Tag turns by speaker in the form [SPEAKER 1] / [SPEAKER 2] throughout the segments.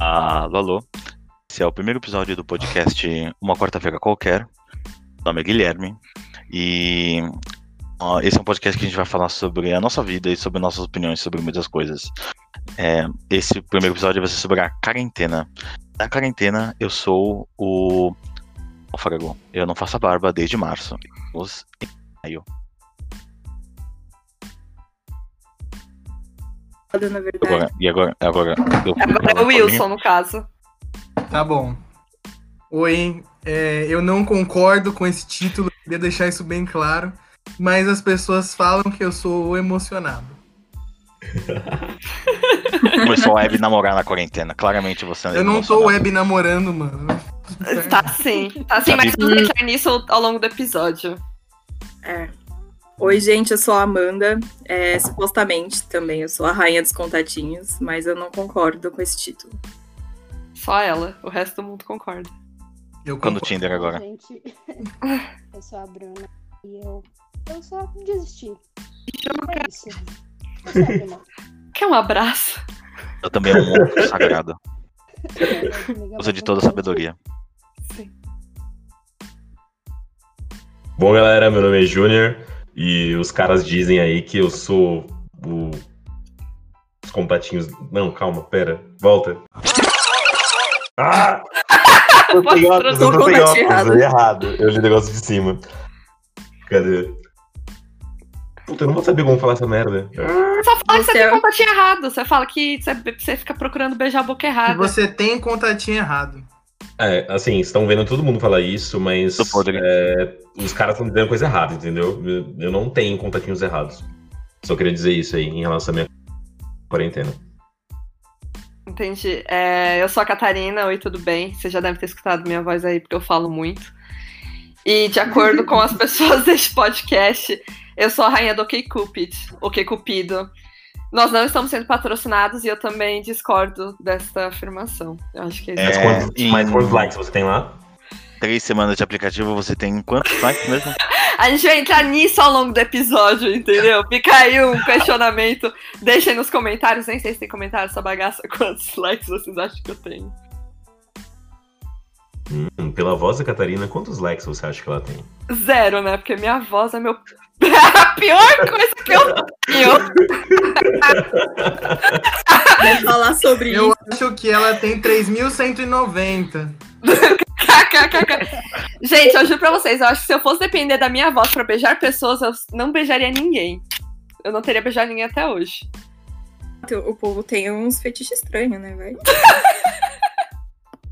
[SPEAKER 1] Alô, alô. Esse é o primeiro episódio do podcast Uma Quarta-feira Qualquer. Meu nome é Guilherme. E ó, esse é um podcast que a gente vai falar sobre a nossa vida e sobre nossas opiniões sobre muitas coisas. É, esse primeiro episódio vai ser sobre a quarentena. Na quarentena, eu sou o. Alfrago. Eu não faço a barba desde março. Os em maio.
[SPEAKER 2] foda, na verdade.
[SPEAKER 1] Agora, e agora, agora eu
[SPEAKER 3] Agora é o Wilson, no caso.
[SPEAKER 4] Tá bom. Oi, é, eu não concordo com esse título, queria deixar isso bem claro, mas as pessoas falam que eu sou o emocionado.
[SPEAKER 1] Começou a web namorar na quarentena. Claramente você
[SPEAKER 4] eu não
[SPEAKER 1] emocionado.
[SPEAKER 4] tô web namorando, mano.
[SPEAKER 3] Tá sim, tá sim, mas vamos entrar nisso ao longo do episódio.
[SPEAKER 2] É. Oi, gente, eu sou a Amanda. É, supostamente também, eu sou a rainha dos contatinhos, mas eu não concordo com esse título.
[SPEAKER 3] Só ela, o resto do mundo concorda.
[SPEAKER 4] Eu
[SPEAKER 1] Quando o
[SPEAKER 4] concordo.
[SPEAKER 1] Tinder agora.
[SPEAKER 5] Gente, eu sou a Bruna e eu, eu só desisti. É isso. Tá né? Você, Bruna?
[SPEAKER 3] Quer um abraço?
[SPEAKER 1] Eu também é um monstro sagrado.
[SPEAKER 5] Amiga,
[SPEAKER 1] Usa de
[SPEAKER 5] mas
[SPEAKER 1] toda a
[SPEAKER 5] eu-
[SPEAKER 1] sabedoria.
[SPEAKER 6] Bom, galera, meu nome é Júnior e os caras dizem aí que eu sou o. Os compatinhos. Não, calma, pera. Volta. Ah! Eu
[SPEAKER 3] Pode
[SPEAKER 6] tenho óculos, eu
[SPEAKER 2] traduzir o
[SPEAKER 6] tenho
[SPEAKER 2] combate
[SPEAKER 6] óculos,
[SPEAKER 2] errado.
[SPEAKER 6] eu li errado. Eu li o negócio de cima. Cadê? Puta, eu não vou saber como falar essa merda.
[SPEAKER 3] Só fala que
[SPEAKER 2] Você é-
[SPEAKER 3] você tem contatinho errado. Você fala que você, você fica procurando beijar a boca
[SPEAKER 4] Se
[SPEAKER 3] errada.
[SPEAKER 4] você tem contatinho errado.
[SPEAKER 6] É, assim, estão vendo todo mundo falar isso, mas
[SPEAKER 1] Do podre.
[SPEAKER 6] é, os caras estão dizendo coisa errada, entendeu? Eu- Eu não tenho contatinhos errados. Só queria dizer isso aí em relação à minha quarentena.
[SPEAKER 3] Entendi. É, eu sou a Catarina, oi, tudo bem? Você já deve ter escutado minha voz aí, porque eu falo muito. E de acordo com as pessoas deste podcast, eu sou a rainha do OkCupid, OkCupido. Nós não estamos sendo patrocinados e eu também discordo desta afirmação. Eu acho que é isso.
[SPEAKER 6] Mas,
[SPEAKER 1] É,
[SPEAKER 6] quantos,
[SPEAKER 1] em-
[SPEAKER 6] mas quantos likes você tem lá?
[SPEAKER 1] Três semanas de aplicativo, você tem quantos likes mesmo?
[SPEAKER 3] A gente vai entrar nisso ao longo do episódio, entendeu? Fica aí um questionamento. Deixem nos comentários, nem sei se tem comentário essa bagaça, quantos likes vocês acham que eu tenho.
[SPEAKER 6] Hum, pela voz da Catarina, quantos likes você acha que ela tem?
[SPEAKER 3] Zero, né? Porque minha voz é meu... a pior coisa que eu tenho.
[SPEAKER 2] Vamos falar sobre
[SPEAKER 4] Eu
[SPEAKER 2] isso.
[SPEAKER 4] acho que ela tem 3.190.
[SPEAKER 3] KKKK. Gente, eu juro pra vocês, eu acho que se eu fosse depender da minha voz pra beijar pessoas, eu não beijaria ninguém. Eu não teria beijado ninguém até hoje.
[SPEAKER 2] O povo tem uns fetiches estranhos, né, vai?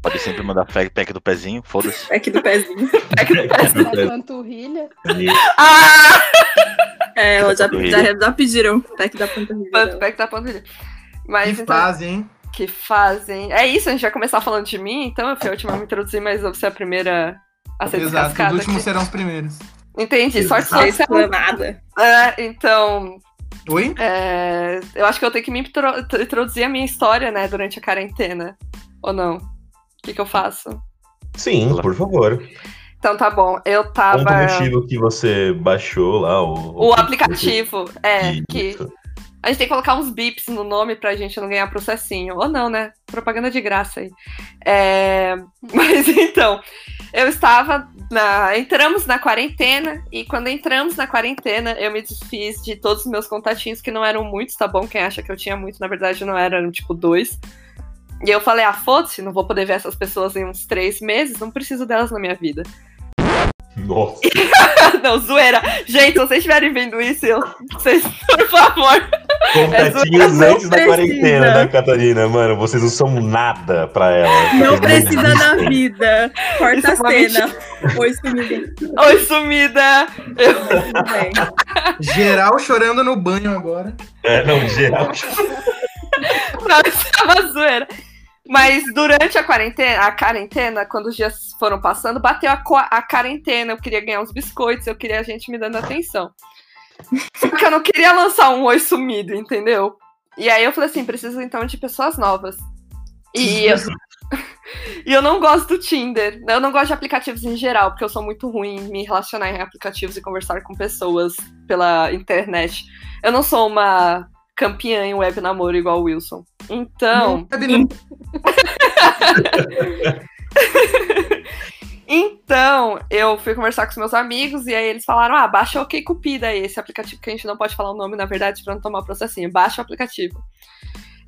[SPEAKER 1] Pode sempre mandar flag pack do pezinho, foda-se.
[SPEAKER 2] Aqui do pezinho.
[SPEAKER 5] Da panturrilha.
[SPEAKER 6] Ali,
[SPEAKER 3] Ah!
[SPEAKER 2] É, ela já,
[SPEAKER 1] Do
[SPEAKER 2] já, já pediram. Pack da panturrilha. dela.
[SPEAKER 3] Back da pandemia. tá Mas
[SPEAKER 4] que
[SPEAKER 3] então.
[SPEAKER 4] fase, hein?
[SPEAKER 3] que fazem. É isso, a gente vai começar falando de mim, então eu fui a última a me introduzir, mas você é a primeira a ser
[SPEAKER 4] Exato. Os
[SPEAKER 3] descascada.
[SPEAKER 4] últimos
[SPEAKER 3] tá aqui.
[SPEAKER 4] serão os primeiros.
[SPEAKER 3] Entendi, sorte
[SPEAKER 2] Não
[SPEAKER 3] sua.
[SPEAKER 2] é explanada.
[SPEAKER 3] É, então,
[SPEAKER 4] Oi?
[SPEAKER 3] é, eu acho que eu tenho que me intro- introduzir a minha história, né, durante a quarentena. Ou não? O que, que eu faço?
[SPEAKER 6] Sim, por favor.
[SPEAKER 3] Então tá bom, eu
[SPEAKER 2] Ah,
[SPEAKER 6] Conta o
[SPEAKER 3] tava.
[SPEAKER 6] motivo que você baixou lá o,
[SPEAKER 3] O aplicativo, é, que
[SPEAKER 6] Isso.
[SPEAKER 3] A gente tem que colocar uns bips no nome pra gente não ganhar processinho. Ou não, né? Propaganda de graça aí. É, Mas então, eu estava. Na... Entramos na quarentena, e quando entramos na quarentena, eu me desfiz de todos os meus contatinhos, que não eram muitos, tá bom? Quem acha que eu tinha muito, na verdade, não era, eram tipo dois. E eu falei, ah, foda-se, não vou poder ver essas pessoas em uns três meses, não preciso delas na minha vida.
[SPEAKER 6] Nossa,
[SPEAKER 2] É
[SPEAKER 3] não, zoeira. Gente, se vocês estiverem vendo isso, eu... vocês, por favor,
[SPEAKER 6] contatinhos
[SPEAKER 2] não
[SPEAKER 6] antes da
[SPEAKER 2] precisa.
[SPEAKER 6] quarentena da Catarina, mano. Vocês não são nada pra ela.
[SPEAKER 2] Não
[SPEAKER 6] Vocês
[SPEAKER 2] precisa
[SPEAKER 6] existem.
[SPEAKER 2] na vida. Corta a
[SPEAKER 3] Isso é uma
[SPEAKER 2] cena. Oi, sumida.
[SPEAKER 3] Oi, sumida! Eu...
[SPEAKER 2] Tudo bem.
[SPEAKER 4] Geral chorando no banho agora.
[SPEAKER 6] É, não, geral.
[SPEAKER 3] Não, isso é uma zoeira. Mas durante a quarentena, a quarentena, quando os dias foram passando, bateu a, qua- a quarentena. Eu queria ganhar uns biscoitos, eu queria a gente me dando atenção. Só que eu não queria lançar um oi sumido, entendeu? E aí eu falei assim, preciso então de pessoas novas. E eu, e eu não gosto do Tinder. Eu não gosto de aplicativos em geral, porque eu sou muito ruim em me relacionar em aplicativos e conversar com pessoas pela internet. Eu não sou
[SPEAKER 4] Uhum. né?
[SPEAKER 3] uma campeã em web namoro igual o Wilson. Então.
[SPEAKER 4] Sabe, não-
[SPEAKER 3] Então, eu fui conversar com os meus amigos e aí eles falaram: ah, baixa o OkCupid aí, esse aplicativo que a gente não pode falar o nome, na verdade, pra não tomar processinho. Baixa o aplicativo.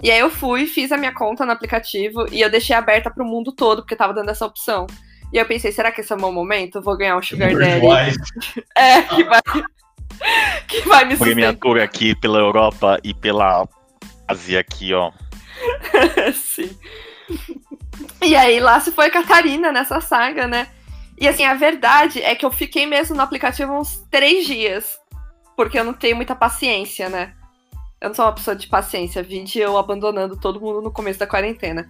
[SPEAKER 3] E aí eu fui, fiz a minha conta no aplicativo e eu deixei aberta pro mundo todo, porque tava dando essa opção. E eu pensei: será que esse é o meu momento? Eu vou ganhar um Sugar Daddy.
[SPEAKER 6] Virtuais.
[SPEAKER 3] É, que vai. que vai me sustentar.
[SPEAKER 1] Premiatura é aqui pela Europa e pela Ásia aqui, ó.
[SPEAKER 3] Sim. Assim. E aí lá se foi a Catarina nessa saga, né? E assim, a verdade é que eu fiquei mesmo no aplicativo uns três dias. Porque eu não tenho muita paciência, né? Eu não sou uma pessoa de paciência. Vide eu abandonando todo mundo no começo da quarentena.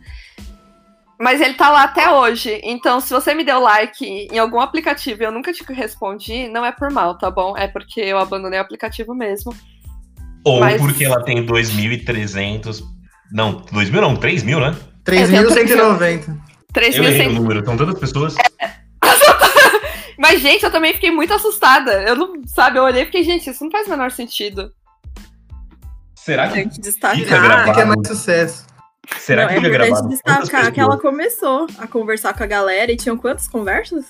[SPEAKER 3] Mas ele tá lá até hoje. Então, se você me deu like em algum aplicativo e eu nunca te respondi, não é por mal, tá bom? É porque eu abandonei o aplicativo mesmo.
[SPEAKER 6] Ou
[SPEAKER 3] Mas-
[SPEAKER 6] porque ela tem 2.300. Não, 2.000 não, 3.000, né?
[SPEAKER 3] Eu
[SPEAKER 4] 3.190.
[SPEAKER 6] Eu errei o
[SPEAKER 3] 3.100.
[SPEAKER 6] número, são tantas pessoas.
[SPEAKER 3] Mas, gente, eu também fiquei muito assustada. Eu não, sabe, eu olhei e fiquei, gente, isso não faz o menor sentido.
[SPEAKER 6] Será que,
[SPEAKER 2] Importante destacar.
[SPEAKER 6] Fica gravado.
[SPEAKER 4] Ah, que é mais sucesso.
[SPEAKER 6] será
[SPEAKER 2] Não,
[SPEAKER 6] que
[SPEAKER 2] é
[SPEAKER 6] fica
[SPEAKER 2] importante
[SPEAKER 6] gravado? Quantas
[SPEAKER 2] destacar que ela
[SPEAKER 6] pessoas?
[SPEAKER 2] começou a conversar com a galera e tinham quantas conversas?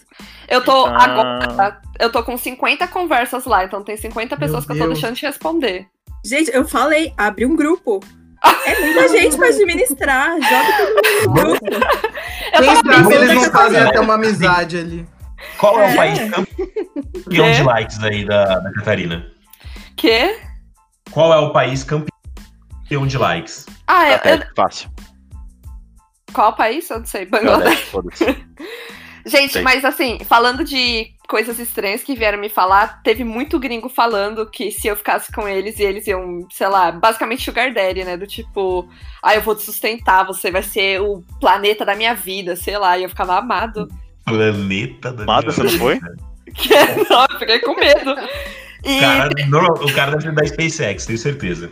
[SPEAKER 3] Eu tô
[SPEAKER 1] Então-
[SPEAKER 3] agora, eu tô com 50 conversas lá, então tem 50
[SPEAKER 4] Meu
[SPEAKER 3] pessoas que eu tô
[SPEAKER 4] Deus.
[SPEAKER 3] deixando de responder.
[SPEAKER 2] Gente, eu falei, abre um grupo. É muita gente pra administrar, joga todo mundo no grupo.
[SPEAKER 3] Eu tava
[SPEAKER 4] Quem sabe
[SPEAKER 3] pensando
[SPEAKER 4] eles não
[SPEAKER 3] nessa
[SPEAKER 4] fazem
[SPEAKER 6] coisa.
[SPEAKER 4] até uma amizade ali.
[SPEAKER 6] Qual é
[SPEAKER 2] É.
[SPEAKER 6] o país campeão
[SPEAKER 3] É.
[SPEAKER 6] de likes aí da, da Catarina?
[SPEAKER 3] que
[SPEAKER 6] Qual é o país campeão de likes?
[SPEAKER 4] É,
[SPEAKER 3] Ah, eu, eu,
[SPEAKER 1] Tá Até fácil.
[SPEAKER 3] qual país? Eu não sei, Bangladesh.
[SPEAKER 1] Bangladesh, foda-se.
[SPEAKER 3] Gente,
[SPEAKER 1] Sei.
[SPEAKER 3] mas assim, falando de coisas estranhas que vieram me falar, teve muito gringo falando que se eu ficasse com eles e eles iam, sei lá, basicamente sugar daddy, né? Do tipo, ah, eu vou te sustentar, você vai ser o planeta da minha vida, sei lá. E eu ficava amado.
[SPEAKER 6] Planeta da
[SPEAKER 1] Mada, você não foi?
[SPEAKER 3] Que é, não, eu fiquei com medo. E,
[SPEAKER 6] O cara, normal- o cara deve ser da SpaceX, tenho certeza.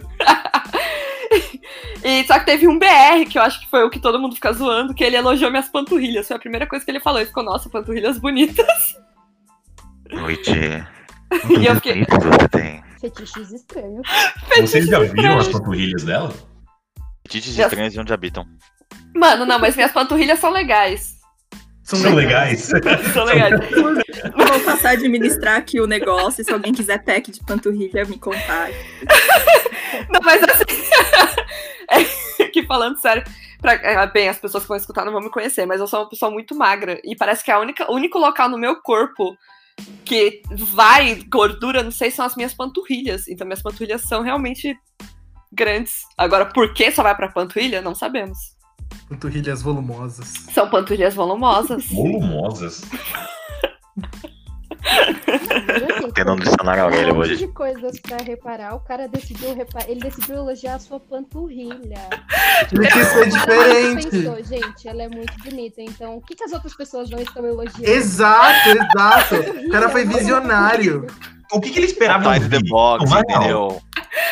[SPEAKER 3] e só que teve um BR, que eu acho que foi o que todo mundo fica zoando, que ele elogiou minhas panturrilhas. Foi a primeira coisa que ele falou. Ele ficou, nossa, panturrilhas bonitas.
[SPEAKER 1] Noite.
[SPEAKER 3] eu fiquei-
[SPEAKER 1] Muitos você tem.
[SPEAKER 5] Fetiches estranhos.
[SPEAKER 6] Vocês já viram as panturrilhas dela?
[SPEAKER 1] Petites
[SPEAKER 3] Já-
[SPEAKER 1] estranhas de onde habitam.
[SPEAKER 3] Mano, não, mas minhas panturrilhas são legais.
[SPEAKER 6] São legais.
[SPEAKER 3] São legais.
[SPEAKER 2] Vou passar a administrar aqui o negócio. Se alguém quiser pack de panturrilha, me contar.
[SPEAKER 3] Não, mas assim. é que falando sério, pra, é, bem, as pessoas que vão escutar não vão me conhecer, mas eu sou uma pessoa muito magra. E parece que é a única, o único local no meu corpo que vai gordura, não sei, são as minhas panturrilhas. Então minhas panturrilhas são realmente grandes. Agora, por que só vai pra panturrilha? Não sabemos.
[SPEAKER 4] Panturrilhas volumosas.
[SPEAKER 3] São panturrilhas volumosas.
[SPEAKER 6] Volumosas.
[SPEAKER 1] Tendo um dicionário
[SPEAKER 5] um
[SPEAKER 1] Aurélio
[SPEAKER 5] monte
[SPEAKER 1] hoje.
[SPEAKER 5] de coisas pra reparar. O cara decidiu reparar. Ele decidiu elogiar a sua panturrilha.
[SPEAKER 4] Ele quis ser
[SPEAKER 5] Ele
[SPEAKER 4] diferente.
[SPEAKER 5] pensou, gente, ela é muito bonita. Então, o que, que as outras pessoas não estão elogiando?
[SPEAKER 4] Exato, exato. O cara foi
[SPEAKER 5] Não, é não,
[SPEAKER 4] visionário.
[SPEAKER 6] O que, que ele
[SPEAKER 4] tá
[SPEAKER 6] esperava?
[SPEAKER 1] Times the
[SPEAKER 6] ouvir?
[SPEAKER 1] box,
[SPEAKER 6] Não, na real.
[SPEAKER 1] entendeu?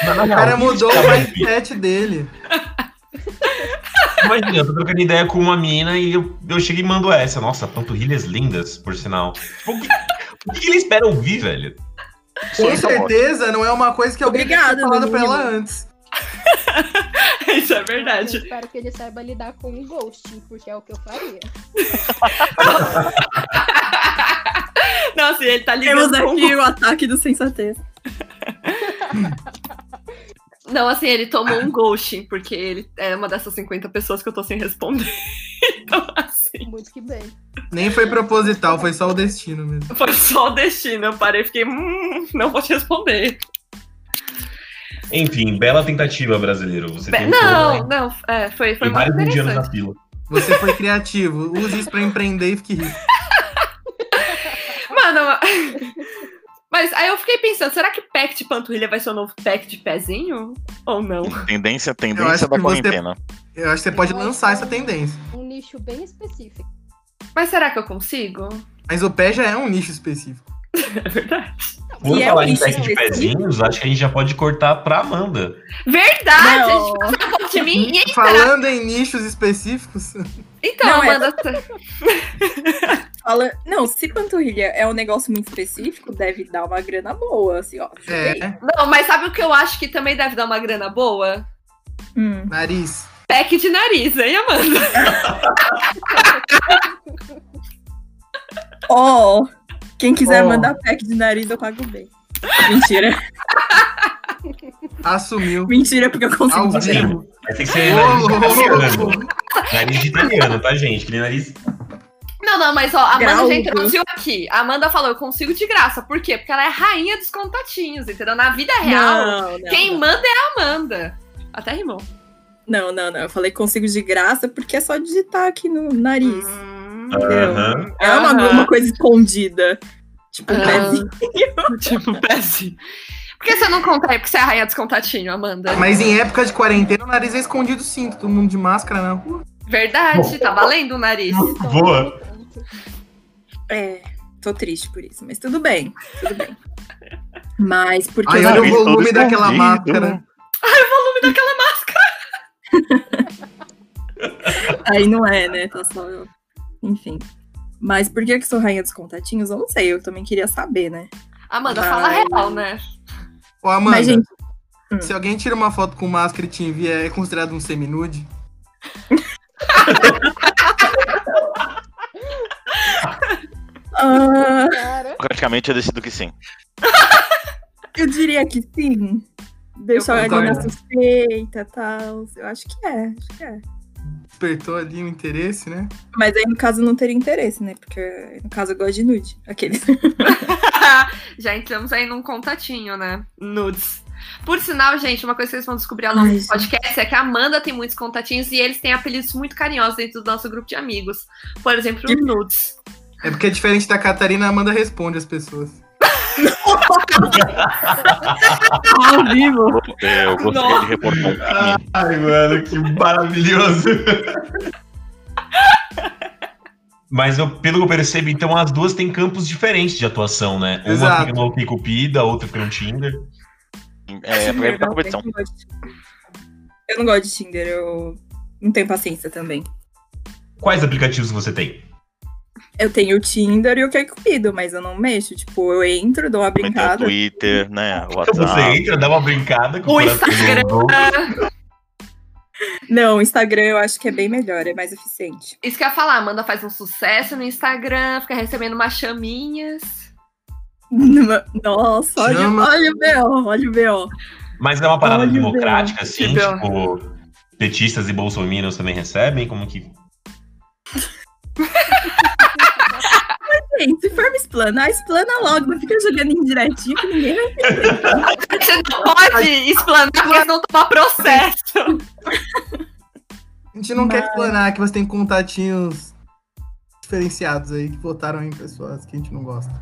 [SPEAKER 6] Na- na
[SPEAKER 4] O
[SPEAKER 6] real,
[SPEAKER 4] cara
[SPEAKER 6] o que ele
[SPEAKER 4] mudou o
[SPEAKER 6] esperava ouvir?
[SPEAKER 4] mindset dele.
[SPEAKER 6] Imagina, eu tô trocando ideia com uma mina e eu, eu chego e mando essa. Nossa, panturrilhas lindas, por sinal. Tipo, o que, o que que ele espera ouvir, velho?
[SPEAKER 4] Com
[SPEAKER 1] Sim, tá bom.
[SPEAKER 4] certeza não é uma coisa que alguém tinha
[SPEAKER 2] Obrigada,
[SPEAKER 4] falado pra
[SPEAKER 2] menino.
[SPEAKER 4] ela antes.
[SPEAKER 3] Isso é
[SPEAKER 5] Eu espero que ele saiba lidar com o ghosting, porque é o que eu faria.
[SPEAKER 3] Não, assim, ele tá
[SPEAKER 2] Temos
[SPEAKER 3] ligando com...
[SPEAKER 2] aqui o ataque do sensatez.
[SPEAKER 3] Não, assim, ele tomou um ghosting, porque ele é uma dessas 50 pessoas que eu tô sem responder. Então, assim...
[SPEAKER 5] Muito que bem.
[SPEAKER 4] Nem foi proposital, foi só o destino mesmo.
[SPEAKER 3] Foi só o destino. Eu parei e fiquei, hum, não vou te responder.
[SPEAKER 6] Enfim, bela tentativa, brasileiro. Você
[SPEAKER 3] Be-
[SPEAKER 6] tem um
[SPEAKER 3] não, não, é, foi, foi
[SPEAKER 6] Tem um
[SPEAKER 3] muito
[SPEAKER 6] vários indianos
[SPEAKER 3] interessante.
[SPEAKER 6] na fila.
[SPEAKER 4] Você foi criativo. Use isso pra empreender e fique rico.
[SPEAKER 3] Mano, mas aí eu fiquei pensando, será que pack de panturrilha vai ser o novo pack de pezinho? Ou não?
[SPEAKER 1] Tendência,
[SPEAKER 4] Eu acho
[SPEAKER 1] tendência da
[SPEAKER 4] que você-
[SPEAKER 1] quarentena.
[SPEAKER 4] Eu acho que você pode
[SPEAKER 5] Nossa.
[SPEAKER 4] lançar essa tendência.
[SPEAKER 5] Um nicho bem específico.
[SPEAKER 3] Mas será que eu consigo?
[SPEAKER 4] Mas o pé já é um nicho específico.
[SPEAKER 3] É verdade.
[SPEAKER 6] Por
[SPEAKER 2] E
[SPEAKER 5] um
[SPEAKER 2] é
[SPEAKER 6] falar em
[SPEAKER 2] isso,
[SPEAKER 6] teste de
[SPEAKER 2] esse-
[SPEAKER 6] pezinhos, acho que a gente já pode cortar pra Amanda.
[SPEAKER 3] Verdade!
[SPEAKER 2] Não.
[SPEAKER 3] gente, você falou de mim? E-
[SPEAKER 4] Falando em nichos específicos,
[SPEAKER 3] Então,
[SPEAKER 2] Não, é-
[SPEAKER 3] Amanda,
[SPEAKER 2] Fala... Não, se panturrilha é um negócio muito específico, deve dar uma grana boa, assim, ó.
[SPEAKER 4] é
[SPEAKER 3] não, mas sabe o que eu acho que também deve dar uma grana boa?
[SPEAKER 2] Hum.
[SPEAKER 4] nariz.
[SPEAKER 3] Pack de nariz, hein, Amanda?
[SPEAKER 2] Oh, quem quiser
[SPEAKER 4] Oh.
[SPEAKER 2] mandar pack de nariz, eu pago bem. Mentira,
[SPEAKER 4] Assumiu.
[SPEAKER 2] mentira, porque eu
[SPEAKER 4] Ao
[SPEAKER 2] consigo. ver.
[SPEAKER 4] vivo.
[SPEAKER 6] Mas tem que
[SPEAKER 4] Ô,
[SPEAKER 6] Assim, ser nariz de
[SPEAKER 4] ô, ô,
[SPEAKER 6] italiano.
[SPEAKER 4] ô.
[SPEAKER 6] Nariz de italiano, tá, gente? Que nem nariz.
[SPEAKER 3] Não, não, mas ó, a Amanda
[SPEAKER 2] Grau.
[SPEAKER 3] já introduziu aqui. A Amanda falou, eu consigo de graça. Por quê? Porque ela é a rainha dos contatinhos, entendeu? Na vida real,
[SPEAKER 2] Não, não,
[SPEAKER 3] quem
[SPEAKER 2] não.
[SPEAKER 3] manda é a Amanda. Até rimou.
[SPEAKER 2] Não, não, não. Eu falei que consigo de graça porque é só digitar aqui no nariz. entendeu?
[SPEAKER 6] Aham.
[SPEAKER 2] É uma,
[SPEAKER 3] Aham.
[SPEAKER 2] uma coisa escondida. Tipo, um
[SPEAKER 3] Ah.
[SPEAKER 2] pezinho.
[SPEAKER 3] Tipo, péssimo. Por que você não conta aí? Porque você é a rainha dos contatinhos, Amanda.
[SPEAKER 4] Mas em época de quarentena, o nariz é escondido sim, todo mundo de máscara na rua.
[SPEAKER 3] Verdade, tá valendo o nariz.
[SPEAKER 5] então,
[SPEAKER 6] Boa.
[SPEAKER 5] né?
[SPEAKER 2] É, tô triste por isso, mas tudo bem, tudo bem. Mas porque.
[SPEAKER 4] Aí
[SPEAKER 2] eu
[SPEAKER 4] olha o
[SPEAKER 1] nariz todo
[SPEAKER 4] volume daquela
[SPEAKER 1] escondido.
[SPEAKER 4] máscara.
[SPEAKER 2] Aí não é, né? Tá só eu. Enfim. Mas por que eu que sou rainha dos contatinhos? Eu não sei, eu também queria saber, né?
[SPEAKER 3] Amanda, fala
[SPEAKER 2] Vai.
[SPEAKER 3] real, né?
[SPEAKER 4] Ô, Amanda,
[SPEAKER 2] Mas, gente, hum.
[SPEAKER 4] se alguém tira uma foto com máscara e te envia, é considerado um seminude?
[SPEAKER 2] ah,
[SPEAKER 5] Cara,
[SPEAKER 1] Praticamente eu decido que sim.
[SPEAKER 2] eu diria que sim. Deixar
[SPEAKER 4] Eu
[SPEAKER 2] ali na
[SPEAKER 4] concordo.
[SPEAKER 2] suspeita e tal. Eu acho que é, acho que é.
[SPEAKER 4] Despertou ali o interesse, né?
[SPEAKER 2] Mas aí, no caso, não teria interesse, né? Porque, no caso, eu gosto de nude. Aqueles.
[SPEAKER 3] Já entramos aí num contatinho, né? Nudes. Por sinal, gente, uma coisa que vocês vão descobrir ao longo
[SPEAKER 2] Ai,
[SPEAKER 3] do podcast é que a Amanda tem muitos contatinhos e eles têm apelidos muito carinhosos dentro do nosso grupo de amigos. Por exemplo,
[SPEAKER 2] Que-
[SPEAKER 3] Nudes.
[SPEAKER 4] É porque é diferente da Catarina, a Amanda responde as pessoas.
[SPEAKER 2] Ao vivo.
[SPEAKER 1] É, Eu gostaria de reportar um crime.
[SPEAKER 6] Ai, mano, que maravilhoso. Mas eu- pelo que eu percebo, então as duas têm campos diferentes de atuação, né? Uma
[SPEAKER 4] Exato.
[SPEAKER 6] fica no OkCupid, a outra fica no Tinder.
[SPEAKER 1] É, pra evitar
[SPEAKER 2] Não,
[SPEAKER 1] competição.
[SPEAKER 2] Eu não, gosto de Tinder. Eu não gosto de Tinder, eu não tenho paciência também.
[SPEAKER 6] Quais aplicativos você tem?
[SPEAKER 2] Eu tenho o Tinder e o QuickCupido, mas eu não mexo. Tipo, eu entro, dou uma
[SPEAKER 1] Também tem o
[SPEAKER 2] brincada.
[SPEAKER 1] um Twitter, né? O
[SPEAKER 6] Então você
[SPEAKER 1] WhatsApp.
[SPEAKER 6] entra, dá uma brincada com
[SPEAKER 3] O
[SPEAKER 6] coração
[SPEAKER 3] Instagram.
[SPEAKER 6] do-
[SPEAKER 3] Ah,
[SPEAKER 2] Não, o Instagram eu acho que é bem melhor, é mais eficiente.
[SPEAKER 3] isso que eu ia falar, a Amanda faz um sucesso no Instagram, fica recebendo umas chaminhas.
[SPEAKER 2] Nossa, olha,
[SPEAKER 4] Chama.
[SPEAKER 2] olha o B.O., olha o B.O.
[SPEAKER 6] Mas é uma parada
[SPEAKER 2] Olha,
[SPEAKER 6] democrática, assim,
[SPEAKER 3] que belo.
[SPEAKER 6] tipo, petistas e bolsominions também recebem, como que...
[SPEAKER 2] Gente, se for me explanar, explana logo, não fica jogando indiretinho que ninguém vai
[SPEAKER 3] Você não pode explanar porque senão tomar processo.
[SPEAKER 4] A gente não quer explanar que você tem contatinhos diferenciados aí que votaram em pessoas que a gente não gosta.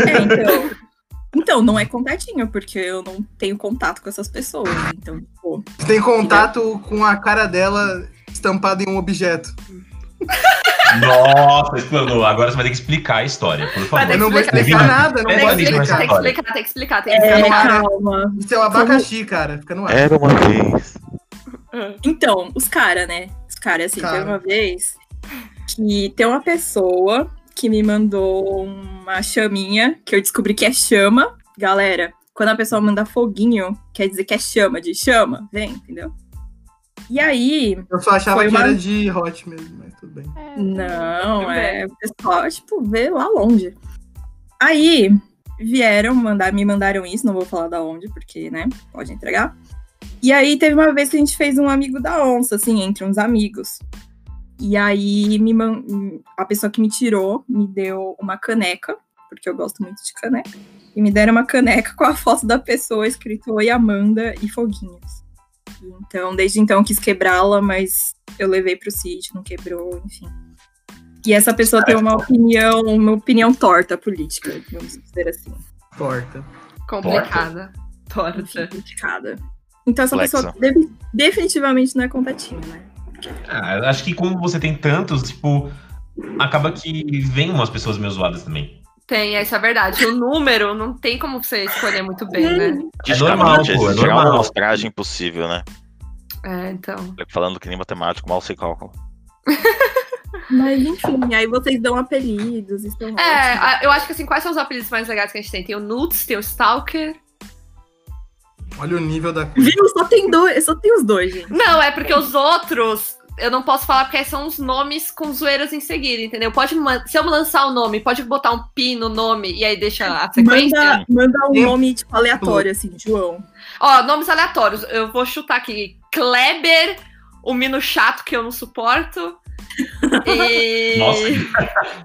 [SPEAKER 2] É, então. Então, não é contatinho, porque eu não tenho contato com essas pessoas. Então, tipo,
[SPEAKER 4] Você tem contato com a cara dela estampada em um objeto.
[SPEAKER 6] Nossa, explanou. Agora você vai ter que explicar a história, por favor.
[SPEAKER 3] Vai ter
[SPEAKER 4] Eu não vou
[SPEAKER 3] explicar,
[SPEAKER 4] explicar nada, não
[SPEAKER 6] É,
[SPEAKER 3] Tem que
[SPEAKER 4] pode
[SPEAKER 6] explica,
[SPEAKER 3] explicar, tem que
[SPEAKER 4] explicar.
[SPEAKER 3] explicar,
[SPEAKER 6] olha.
[SPEAKER 3] tem que explicar, tem que
[SPEAKER 4] É,
[SPEAKER 2] é,
[SPEAKER 3] explicar.
[SPEAKER 2] calma.
[SPEAKER 4] Isso é um abacaxi, cara. Fica no ar.
[SPEAKER 1] Era uma vez.
[SPEAKER 2] Então, os caras, né? Os caras, assim,
[SPEAKER 4] Cara.
[SPEAKER 2] teve uma vez que tem uma pessoa que me mandou uma chaminha, que eu descobri que é chama. Galera, quando a pessoa manda foguinho, quer dizer que é chama, de chama, vem, entendeu? E aí,
[SPEAKER 4] Eu só achava
[SPEAKER 2] Foi
[SPEAKER 4] que
[SPEAKER 2] uma-
[SPEAKER 4] era de hot mesmo, mas tudo bem.
[SPEAKER 5] é,
[SPEAKER 2] não,
[SPEAKER 3] tudo
[SPEAKER 2] tá é o pessoal, tipo, vê lá longe. Aí, vieram mandar, me mandaram isso, não vou falar da onde, porque, né, pode entregar. E aí teve uma vez que a gente fez um amigo da onça, assim, entre uns amigos. E aí me man- a pessoa que me tirou me deu uma caneca, porque eu gosto muito de caneca. E me deram uma caneca com a foto da pessoa escrito Oi Amanda e Foguinhos. Então, desde então eu quis quebrá-la, mas eu levei pro sítio, não quebrou, enfim. E essa pessoa tem uma opinião, uma opinião torta política, vamos dizer assim.
[SPEAKER 4] Torta.
[SPEAKER 3] É Complicada. Torta.
[SPEAKER 2] Complicada. Então essa
[SPEAKER 1] Complexa.
[SPEAKER 2] pessoa deve- definitivamente não é contatinho, né?
[SPEAKER 6] Ah, eu acho que como você tem tantos, tipo, acaba que vem umas pessoas meio zoadas também.
[SPEAKER 3] Tem, essa é a verdade. O número não tem como você escolher muito bem, né?
[SPEAKER 6] É normal, pô, é
[SPEAKER 1] Chegar uma
[SPEAKER 6] normal.
[SPEAKER 1] amostragem impossível, né?
[SPEAKER 3] É, então.
[SPEAKER 1] Falando que nem matemático, mal sei cálculo.
[SPEAKER 2] Mas enfim, aí vocês dão apelidos, estão
[SPEAKER 3] É, a- eu acho que assim, quais são os apelidos mais legais que a gente tem? Tem o Nudes, tem o Stalker.
[SPEAKER 4] Olha o nível da coisa.
[SPEAKER 2] Viu? Só tem dois, só tem os dois, gente.
[SPEAKER 3] Não, é porque os outros eu não posso falar porque são uns nomes com zoeiras em seguida, entendeu? Pode man- se eu lançar o nome, pode botar um pi no nome e aí deixa a sequência.
[SPEAKER 2] Manda, manda um nome, tipo, aleatório, assim, João.
[SPEAKER 3] Ó, nomes aleatórios. Eu vou chutar aqui Kleber, o mino chato que eu não suporto. E
[SPEAKER 6] Nossa,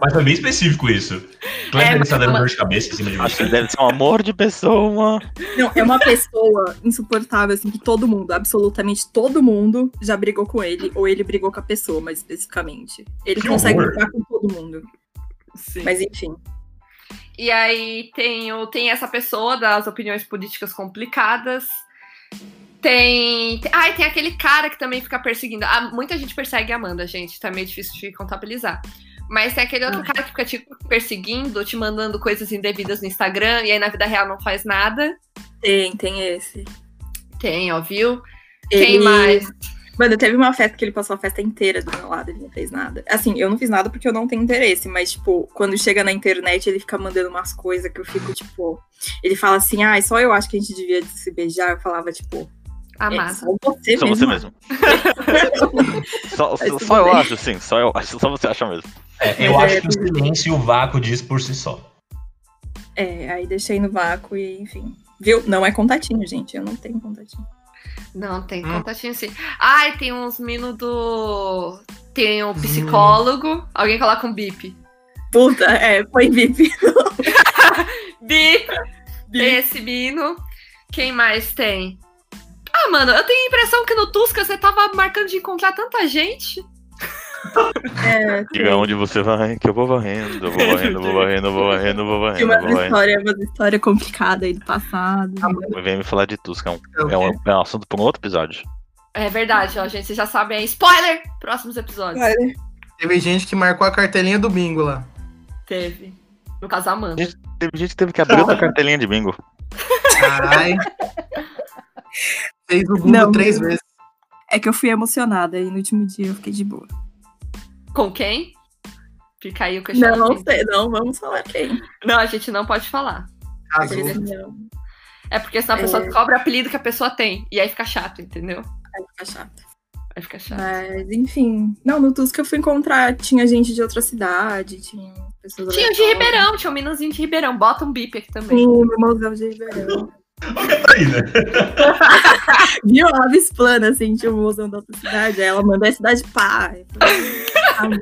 [SPEAKER 6] mas foi bem específico isso.
[SPEAKER 3] É,
[SPEAKER 6] Kleber
[SPEAKER 3] mas
[SPEAKER 6] está dando
[SPEAKER 3] uma-
[SPEAKER 6] dor de cabeça em cima de
[SPEAKER 1] Acho que
[SPEAKER 6] você.
[SPEAKER 1] ele deve ser um amor de pessoa.
[SPEAKER 2] Não, é uma pessoa insuportável, assim, que todo mundo, absolutamente todo mundo, já brigou com ele, ou ele brigou com a pessoa, mais especificamente. Ele
[SPEAKER 6] Que
[SPEAKER 2] consegue
[SPEAKER 6] horror.
[SPEAKER 2] brigar com todo mundo. Mas enfim.
[SPEAKER 3] E aí tem, o, tem essa pessoa das opiniões políticas complicadas. Tem. te- Ai, tem aquele cara que também fica perseguindo. Ah, muita gente persegue a Amanda, gente. Tá meio difícil de contabilizar. Mas tem aquele outro cara que fica te perseguindo, te mandando coisas indevidas no Instagram, e aí na vida real não faz nada.
[SPEAKER 2] Tem, tem esse.
[SPEAKER 3] Tem, ó, viu?
[SPEAKER 2] Ele-
[SPEAKER 3] Tem mais.
[SPEAKER 2] Mano, teve uma festa que ele passou a festa inteira do meu lado, ele não fez nada. Assim, eu não fiz nada porque eu não tenho interesse, mas, tipo, quando chega na internet, ele fica mandando umas coisas que eu fico, tipo. Ele fala assim, ah, só eu acho que a gente devia se beijar. Eu falava, tipo,
[SPEAKER 3] A
[SPEAKER 2] é,
[SPEAKER 3] massa.
[SPEAKER 2] só você
[SPEAKER 1] Só
[SPEAKER 2] mesmo.
[SPEAKER 1] você mesmo. Só, só-
[SPEAKER 2] Mas tudo
[SPEAKER 1] só eu
[SPEAKER 2] bem.
[SPEAKER 1] acho, sim. Só eu acho. Só você acha mesmo.
[SPEAKER 6] É, eu
[SPEAKER 2] Mas é,
[SPEAKER 6] acho que o silêncio e o vácuo diz por si só.
[SPEAKER 2] É, aí deixei no vácuo e, enfim. Viu? Não é contatinho, gente. Eu não tenho contatinho.
[SPEAKER 3] Não, tem
[SPEAKER 4] Hum.
[SPEAKER 3] contatinho sim. Ai, tem uns mino do. Tem um psicólogo. Alguém coloca um bip.
[SPEAKER 2] Puta, é, foi VIP.
[SPEAKER 3] Bip! Tem esse Bino. Quem mais tem? Ah, mano, eu tenho a impressão que no Tusca você tava marcando de encontrar tanta gente.
[SPEAKER 2] É,
[SPEAKER 1] Diga onde você vai, que eu vou varrendo. Eu vou varrendo, eu vou varrendo, eu vou varrendo, eu vou
[SPEAKER 2] tem
[SPEAKER 1] varrendo. eu vou
[SPEAKER 2] uma
[SPEAKER 1] varrendo.
[SPEAKER 2] história, uma história complicada aí do passado.
[SPEAKER 1] Vem me falar de Tusca. É um, é um, é um assunto pra um outro episódio.
[SPEAKER 3] É verdade, ó, gente. Vocês já sabem aí. Spoiler! Próximos episódios.
[SPEAKER 4] Teve gente que marcou a cartelinha do bingo lá.
[SPEAKER 3] Teve. No caso, a Amanda.
[SPEAKER 1] Teve gente que teve que abrir outra cartelinha de bingo.
[SPEAKER 4] Caralho. Fez o Google
[SPEAKER 2] Não.
[SPEAKER 4] três vezes.
[SPEAKER 2] É que eu fui emocionada e no último dia eu fiquei de boa.
[SPEAKER 3] Com quem? Fica aí o
[SPEAKER 2] Não, não
[SPEAKER 3] questionamento.
[SPEAKER 2] sei, não, vamos falar quem.
[SPEAKER 3] Não, a gente não pode falar.
[SPEAKER 4] Casou.
[SPEAKER 3] Ele-
[SPEAKER 2] Não,
[SPEAKER 3] É porque senão a
[SPEAKER 2] É.
[SPEAKER 3] pessoa cobra apelido que a pessoa tem. E aí fica chato, entendeu?
[SPEAKER 2] vai ficar chato.
[SPEAKER 3] Aí fica chato.
[SPEAKER 2] Mas, enfim. Não, no Tusca eu fui encontrar, tinha gente de outra cidade, tinha pessoas...
[SPEAKER 3] Tinha o de
[SPEAKER 2] aleatórias.
[SPEAKER 3] Ribeirão, tinha um minozinho de Ribeirão. Bota um bip aqui também.
[SPEAKER 2] Tipo, né? Sim, no Museu de Ribeirão.
[SPEAKER 6] Aí, né?
[SPEAKER 2] Viu? Ela me explana, assim, tinha um museu da outra cidade. Aí ela mandou a cidade pá. Eu falei,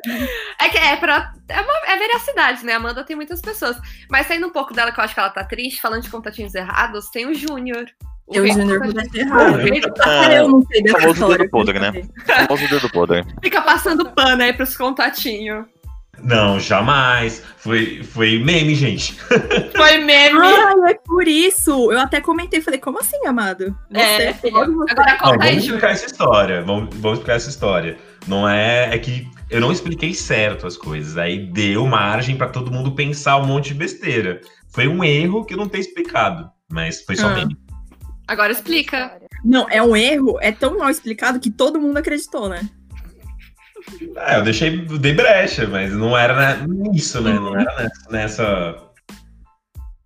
[SPEAKER 2] "Ah,
[SPEAKER 3] É que é pra. É, uma, é veracidade, né? Amanda tem muitas pessoas. Mas saindo um pouco dela, que eu acho que ela tá triste, falando de contatinhos errados, tem o Júnior. O
[SPEAKER 2] Eu,
[SPEAKER 3] rei do
[SPEAKER 2] Júnior, vou
[SPEAKER 3] contatinho-
[SPEAKER 2] dar errado.
[SPEAKER 3] o rei do-
[SPEAKER 2] Ah, eu não sei dessa
[SPEAKER 1] É, tá famoso dedo
[SPEAKER 2] história.
[SPEAKER 1] podre, né? Famoso dedo podre.
[SPEAKER 3] Fica passando pano aí pros contatinhos.
[SPEAKER 6] Não, jamais. Foi, foi meme, gente.
[SPEAKER 3] Foi meme.
[SPEAKER 2] Ai, é por isso. Eu até comentei, falei, como assim, amado? Você,
[SPEAKER 3] é,
[SPEAKER 2] eu gosto de você.
[SPEAKER 3] agora
[SPEAKER 6] Não,
[SPEAKER 3] conta aí,
[SPEAKER 6] vamos
[SPEAKER 3] Júnior.
[SPEAKER 6] explicar essa história. Vamos, vamos explicar essa história. Não é. É que eu não expliquei certo as coisas. Aí deu margem pra todo mundo pensar um monte de besteira. Foi um erro que eu não ter explicado. Mas foi só
[SPEAKER 2] Ah.
[SPEAKER 6] meme.
[SPEAKER 3] Agora explica.
[SPEAKER 2] Não, é um erro, é tão mal explicado que todo mundo acreditou, né?
[SPEAKER 6] Ah, eu deixei. Dei brecha, mas não era na- nisso, né? Não era nessa. Nessa,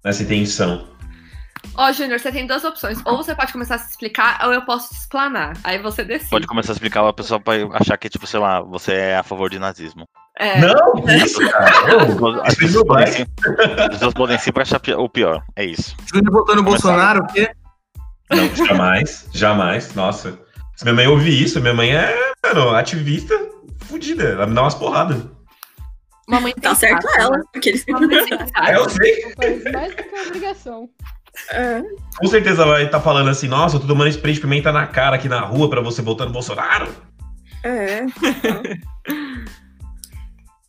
[SPEAKER 6] nessa intenção.
[SPEAKER 3] Ó, Júnior, você tem duas opções. Ou você pode começar a se explicar, ou eu posso te explanar. Aí você decide.
[SPEAKER 1] Pode começar a explicar pra pessoa pra achar que, tipo, sei lá, você é a favor de nazismo.
[SPEAKER 3] É.
[SPEAKER 6] Não, que isso, cara. Não.
[SPEAKER 1] As
[SPEAKER 6] isso é
[SPEAKER 1] pessoas
[SPEAKER 6] meu
[SPEAKER 1] podem sim- as pessoas podem sempre achar pi- o pior. É isso.
[SPEAKER 4] Júnior votou no
[SPEAKER 1] Começar.
[SPEAKER 4] Bolsonaro, o quê?
[SPEAKER 6] Não, jamais, jamais. Nossa. Se minha mãe ouvir isso, minha mãe é, mano, ativista fudida. Ela me dá umas porradas.
[SPEAKER 3] Mamãe
[SPEAKER 2] Tá certo
[SPEAKER 3] sensata,
[SPEAKER 2] ela.
[SPEAKER 3] né?
[SPEAKER 2] Aqueles...
[SPEAKER 3] Mamãe sensata.
[SPEAKER 6] É, eu sei.
[SPEAKER 5] Faz um mais do que obrigação.
[SPEAKER 2] É.
[SPEAKER 6] Com certeza vai estar falando assim, nossa, eu tô tomando spray de pimenta na cara aqui na rua pra você votar no Bolsonaro.
[SPEAKER 2] É.